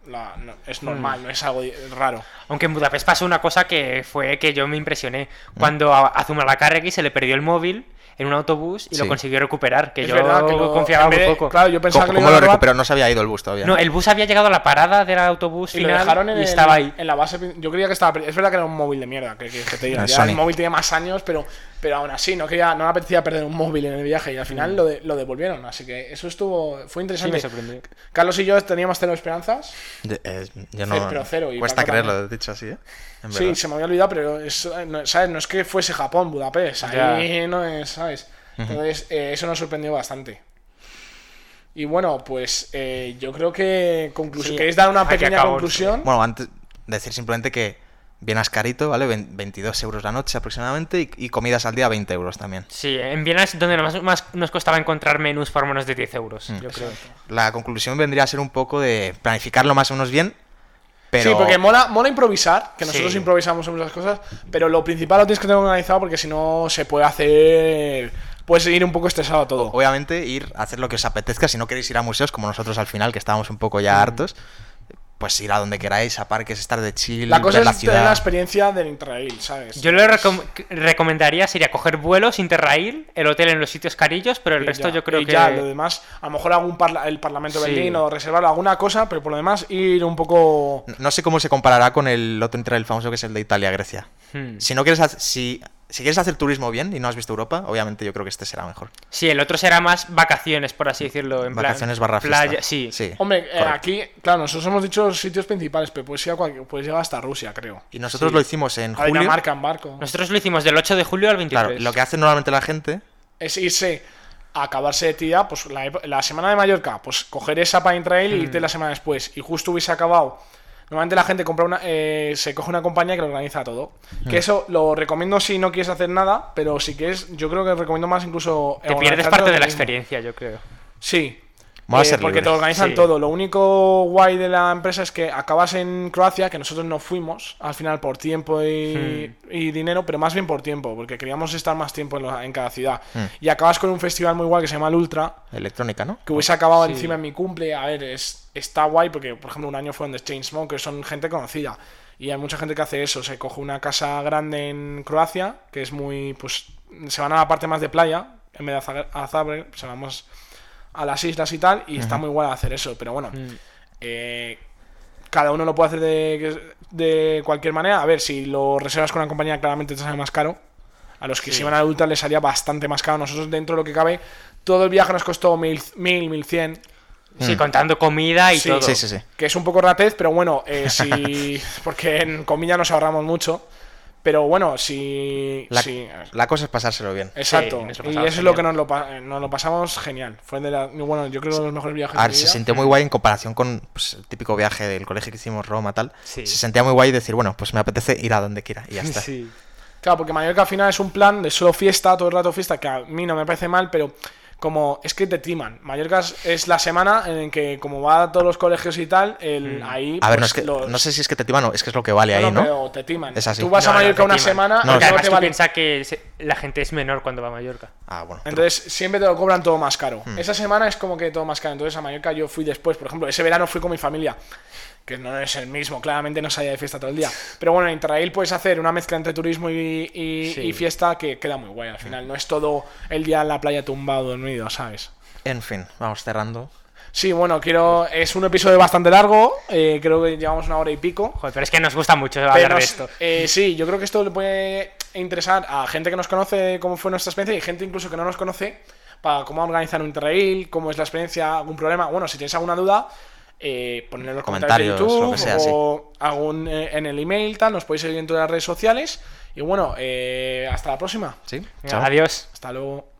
[SPEAKER 3] la- no- es
[SPEAKER 1] Hmm.
[SPEAKER 3] normal, no es algo di- raro.
[SPEAKER 1] Aunque en Budapest pasó una cosa que fue que yo me impresioné.
[SPEAKER 2] Mm.
[SPEAKER 1] Cuando a, a Zumalacárregui se le perdió el móvil en un autobús y lo
[SPEAKER 2] Sí.
[SPEAKER 1] consiguió recuperar, que
[SPEAKER 3] Es
[SPEAKER 1] yo
[SPEAKER 3] verdad que lo-
[SPEAKER 1] confiaba
[SPEAKER 3] en
[SPEAKER 1] muy
[SPEAKER 3] vez de-
[SPEAKER 1] poco.
[SPEAKER 3] Claro, yo pensaba
[SPEAKER 2] ¿Cómo,
[SPEAKER 3] que
[SPEAKER 2] cómo lo
[SPEAKER 3] iban a robar
[SPEAKER 2] recuperó? No se había ido el bus todavía.
[SPEAKER 1] No, el bus había llegado a la parada del autobús
[SPEAKER 3] Y
[SPEAKER 1] final
[SPEAKER 3] lo dejaron en
[SPEAKER 1] y
[SPEAKER 3] el-
[SPEAKER 1] estaba ahí.
[SPEAKER 3] en la base. prin- Yo creía que estaba. per- Es verdad que era un móvil de mierda. Que, que- que te diga,
[SPEAKER 2] El
[SPEAKER 3] ya el
[SPEAKER 2] Sony.
[SPEAKER 3] móvil tiene más años, pero, pero aún así, no, quería, no me apetecía perder un móvil en el viaje. Y al final lo, de- lo devolvieron. Así que eso estuvo. Fue
[SPEAKER 1] Hmm. Sí,
[SPEAKER 3] interesante.
[SPEAKER 1] me sorprendió.
[SPEAKER 3] Carlos y yo teníamos cero esperanzas.
[SPEAKER 2] Yo- eh, yo
[SPEAKER 3] Cero,
[SPEAKER 2] no-
[SPEAKER 3] pero cero, y
[SPEAKER 2] cuesta
[SPEAKER 3] Paco
[SPEAKER 2] creerlo, dicho así, ¿eh? En
[SPEAKER 3] Sí,
[SPEAKER 2] verdad.
[SPEAKER 3] se me había olvidado, pero es, eh, no, ¿sabes? no es que fuese Japón, Budapest. Ahí no es, ¿sabes? Entonces, eh, eso nos sorprendió bastante. Y bueno, pues eh, yo creo que. conclusión
[SPEAKER 1] Sí.
[SPEAKER 3] ¿Queréis dar una
[SPEAKER 1] Aquí
[SPEAKER 3] pequeña
[SPEAKER 1] acabó el
[SPEAKER 3] conclusión?
[SPEAKER 2] Bueno, antes decir simplemente que Vienas carito, ¿vale? Vein- 22 euros la noche aproximadamente y, y comidas al día 20 euros también.
[SPEAKER 1] Sí, en Viena es donde más, más nos costaba encontrar menús por menos de 10 euros,
[SPEAKER 2] Mm.
[SPEAKER 1] yo creo.
[SPEAKER 2] La conclusión vendría a ser un poco de planificarlo más o menos bien, pero...
[SPEAKER 3] Sí, porque mola, mola improvisar, que
[SPEAKER 1] Sí.
[SPEAKER 3] nosotros improvisamos en muchas cosas, pero lo principal lo tienes que tener organizado porque si no se puede hacer. Puedes ir un poco estresado a todo.
[SPEAKER 2] Obviamente ir a hacer lo que os apetezca si no queréis ir a museos como nosotros al final que estábamos un poco ya hartos, pues ir a donde queráis, a parques, estar de chill,
[SPEAKER 3] La cosa
[SPEAKER 2] ver
[SPEAKER 3] es
[SPEAKER 2] la
[SPEAKER 3] tener la
[SPEAKER 2] ciudad.
[SPEAKER 3] experiencia del Interrail, ¿sabes?
[SPEAKER 1] Yo lo recom- recomendaría sería coger vuelos, Interrail, el hotel en los sitios carillos, pero el
[SPEAKER 3] Y
[SPEAKER 1] resto
[SPEAKER 3] ya,
[SPEAKER 1] yo creo
[SPEAKER 3] y
[SPEAKER 1] que...
[SPEAKER 3] ya, lo demás, a lo mejor algún parla- el Parlamento de
[SPEAKER 1] Sí.
[SPEAKER 3] Berlín o reservarlo alguna cosa, pero por lo demás ir un poco...
[SPEAKER 2] No sé cómo se comparará con el otro interrail famoso que es el de Italia-Grecia.
[SPEAKER 1] Hmm.
[SPEAKER 2] Si no quieres hac- si, si quieres hacer turismo bien y no has visto Europa, obviamente yo creo que este será mejor.
[SPEAKER 1] Sí, el otro será más vacaciones, por así decirlo. En plan,
[SPEAKER 2] Vacaciones barra fiesta.
[SPEAKER 1] playa, sí.
[SPEAKER 3] Hombre, eh,
[SPEAKER 2] correcto.
[SPEAKER 3] aquí, claro, nosotros hemos dicho los sitios principales, pero puedes ir, a cualquier- puedes llegar hasta Rusia, creo.
[SPEAKER 2] Y nosotros
[SPEAKER 1] sí.
[SPEAKER 2] lo hicimos en
[SPEAKER 3] A
[SPEAKER 2] julio.
[SPEAKER 3] Dinamarca en barco.
[SPEAKER 1] Nosotros lo hicimos del 8 de julio al 23.
[SPEAKER 2] Claro, lo que hace normalmente la gente
[SPEAKER 3] Es irse a acabarse de tía, pues la, ep- la semana de Mallorca, pues coger esa para Interrail y
[SPEAKER 1] Mm.
[SPEAKER 3] irte la semana después. Y justo hubiese acabado. Normalmente la gente compra una, eh, se coge una compañía que lo organiza todo.
[SPEAKER 2] Ah.
[SPEAKER 3] Que eso lo recomiendo si no quieres hacer nada, pero si quieres, yo creo que recomiendo más incluso.
[SPEAKER 1] Te pierdes
[SPEAKER 3] organizártelo
[SPEAKER 1] parte
[SPEAKER 3] tú
[SPEAKER 1] de la
[SPEAKER 3] mismo.
[SPEAKER 1] experiencia, yo creo.
[SPEAKER 3] Sí.
[SPEAKER 2] Mola
[SPEAKER 3] Eh,
[SPEAKER 2] ser
[SPEAKER 3] porque
[SPEAKER 2] libre.
[SPEAKER 3] te organizan
[SPEAKER 1] Sí.
[SPEAKER 3] todo. Lo único guay de la empresa es que acabas en Croacia, que nosotros no fuimos, al final por tiempo y, y dinero, pero más bien por tiempo, porque queríamos estar más tiempo en, lo- en cada ciudad. Y acabas con un festival muy guay que se llama el Ultra,
[SPEAKER 2] electrónica, ¿no?
[SPEAKER 3] que hubiese acabado
[SPEAKER 1] Sí.
[SPEAKER 3] encima en mi cumple. A ver, es, está guay porque, por ejemplo, un año fueron The Chainsmokers, son gente conocida. Y hay mucha gente que hace eso. Se coge una casa grande en Croacia, que es muy. Pues se van a la parte más de playa, en vez de a Zag- a Zagreb, se van más a las islas y tal. Y está muy guay hacer eso. Pero bueno, eh, cada uno lo puede hacer de, de cualquier manera. A ver, si lo reservas con una compañía, claramente te sale más caro. A los que se iban a adulta les salía bastante más caro. A Nosotros, dentro de lo que cabe, todo el viaje nos costó 1000, 1000, 1100.
[SPEAKER 1] Sí,
[SPEAKER 2] Mm.
[SPEAKER 1] contando comida y
[SPEAKER 3] Sí.
[SPEAKER 1] todo.
[SPEAKER 2] Sí, sí, sí.
[SPEAKER 3] Que es un poco ratez, pero bueno, eh, si, porque en comida nos ahorramos mucho. Pero bueno, si.
[SPEAKER 2] La,
[SPEAKER 3] si-
[SPEAKER 2] la cosa es pasárselo bien.
[SPEAKER 3] exacto.
[SPEAKER 1] Sí, nos lo
[SPEAKER 3] y eso
[SPEAKER 1] pasamos
[SPEAKER 3] es lo que
[SPEAKER 1] genial.
[SPEAKER 3] nos lo, pa- nos lo pasamos genial. Fue de la, bueno, yo creo que uno de los mejores viajes
[SPEAKER 2] A
[SPEAKER 3] de
[SPEAKER 2] ver,
[SPEAKER 3] mi
[SPEAKER 2] se
[SPEAKER 3] vida.
[SPEAKER 2] sintió muy guay en comparación con pues, el típico viaje del colegio que hicimos Roma, tal.
[SPEAKER 1] Sí.
[SPEAKER 2] Se sentía muy guay decir, bueno, pues me apetece ir a donde quiera y ya está.
[SPEAKER 1] Sí.
[SPEAKER 3] Claro, porque Mallorca al final es un plan de solo fiesta, todo el rato fiesta, que a mí no me parece mal, pero como es que te timan. Mallorca es, es la semana en que, como va a todos los colegios y tal,
[SPEAKER 1] Mm.
[SPEAKER 3] el, ahí.
[SPEAKER 2] A ver, no,
[SPEAKER 3] pues,
[SPEAKER 2] es que,
[SPEAKER 3] los-
[SPEAKER 2] no sé si es que te timan o es que es lo que vale ahí,
[SPEAKER 3] Bueno,
[SPEAKER 2] ¿no?
[SPEAKER 3] pero te timan.
[SPEAKER 2] Es así.
[SPEAKER 3] Tú vas
[SPEAKER 1] No,
[SPEAKER 3] a
[SPEAKER 1] no,
[SPEAKER 3] Mallorca
[SPEAKER 1] te
[SPEAKER 3] una
[SPEAKER 1] timan.
[SPEAKER 3] semana
[SPEAKER 2] No,
[SPEAKER 3] y
[SPEAKER 1] Porque
[SPEAKER 2] no
[SPEAKER 3] no
[SPEAKER 1] además
[SPEAKER 3] te
[SPEAKER 1] tú
[SPEAKER 3] vale.
[SPEAKER 1] piensas que se- la gente es menor cuando va a Mallorca.
[SPEAKER 2] Ah, bueno.
[SPEAKER 3] Entonces siempre te lo cobran todo más caro. Esa semana es como que todo más caro. Entonces a Mallorca yo fui después. Por ejemplo, ese verano fui con mi familia. Que no es el mismo, claramente no salía de fiesta todo el día. Pero bueno, en Interrail puedes hacer una mezcla entre turismo y, y-
[SPEAKER 1] Sí.
[SPEAKER 3] y fiesta que queda muy guay al final. No es todo el día en la playa tumbado, dormido, ¿sabes?
[SPEAKER 2] En fin, vamos cerrando.
[SPEAKER 3] Sí, bueno, quiero. Es un episodio bastante largo. eh, creo que llevamos una hora y pico.
[SPEAKER 1] Joder, pero es que nos gusta mucho hablar
[SPEAKER 3] Pero
[SPEAKER 1] de
[SPEAKER 3] s-
[SPEAKER 1] esto.
[SPEAKER 3] eh, sí, yo creo que esto le puede interesar a gente que nos conoce cómo fue nuestra experiencia y gente incluso que no nos conoce para cómo organizar un Interrail, cómo es la experiencia, algún problema. Bueno, si tienes alguna duda, eh, ponedlo en los comentarios, de
[SPEAKER 2] Comentarios,
[SPEAKER 3] YouTube
[SPEAKER 2] lo que sea,
[SPEAKER 3] o algún, eh, en el email, tal. Nos podéis seguir en todas las redes sociales. Y bueno, eh, hasta la próxima.
[SPEAKER 2] ¿Sí?
[SPEAKER 1] Venga,
[SPEAKER 2] Chao.
[SPEAKER 1] Adiós.
[SPEAKER 3] Hasta luego.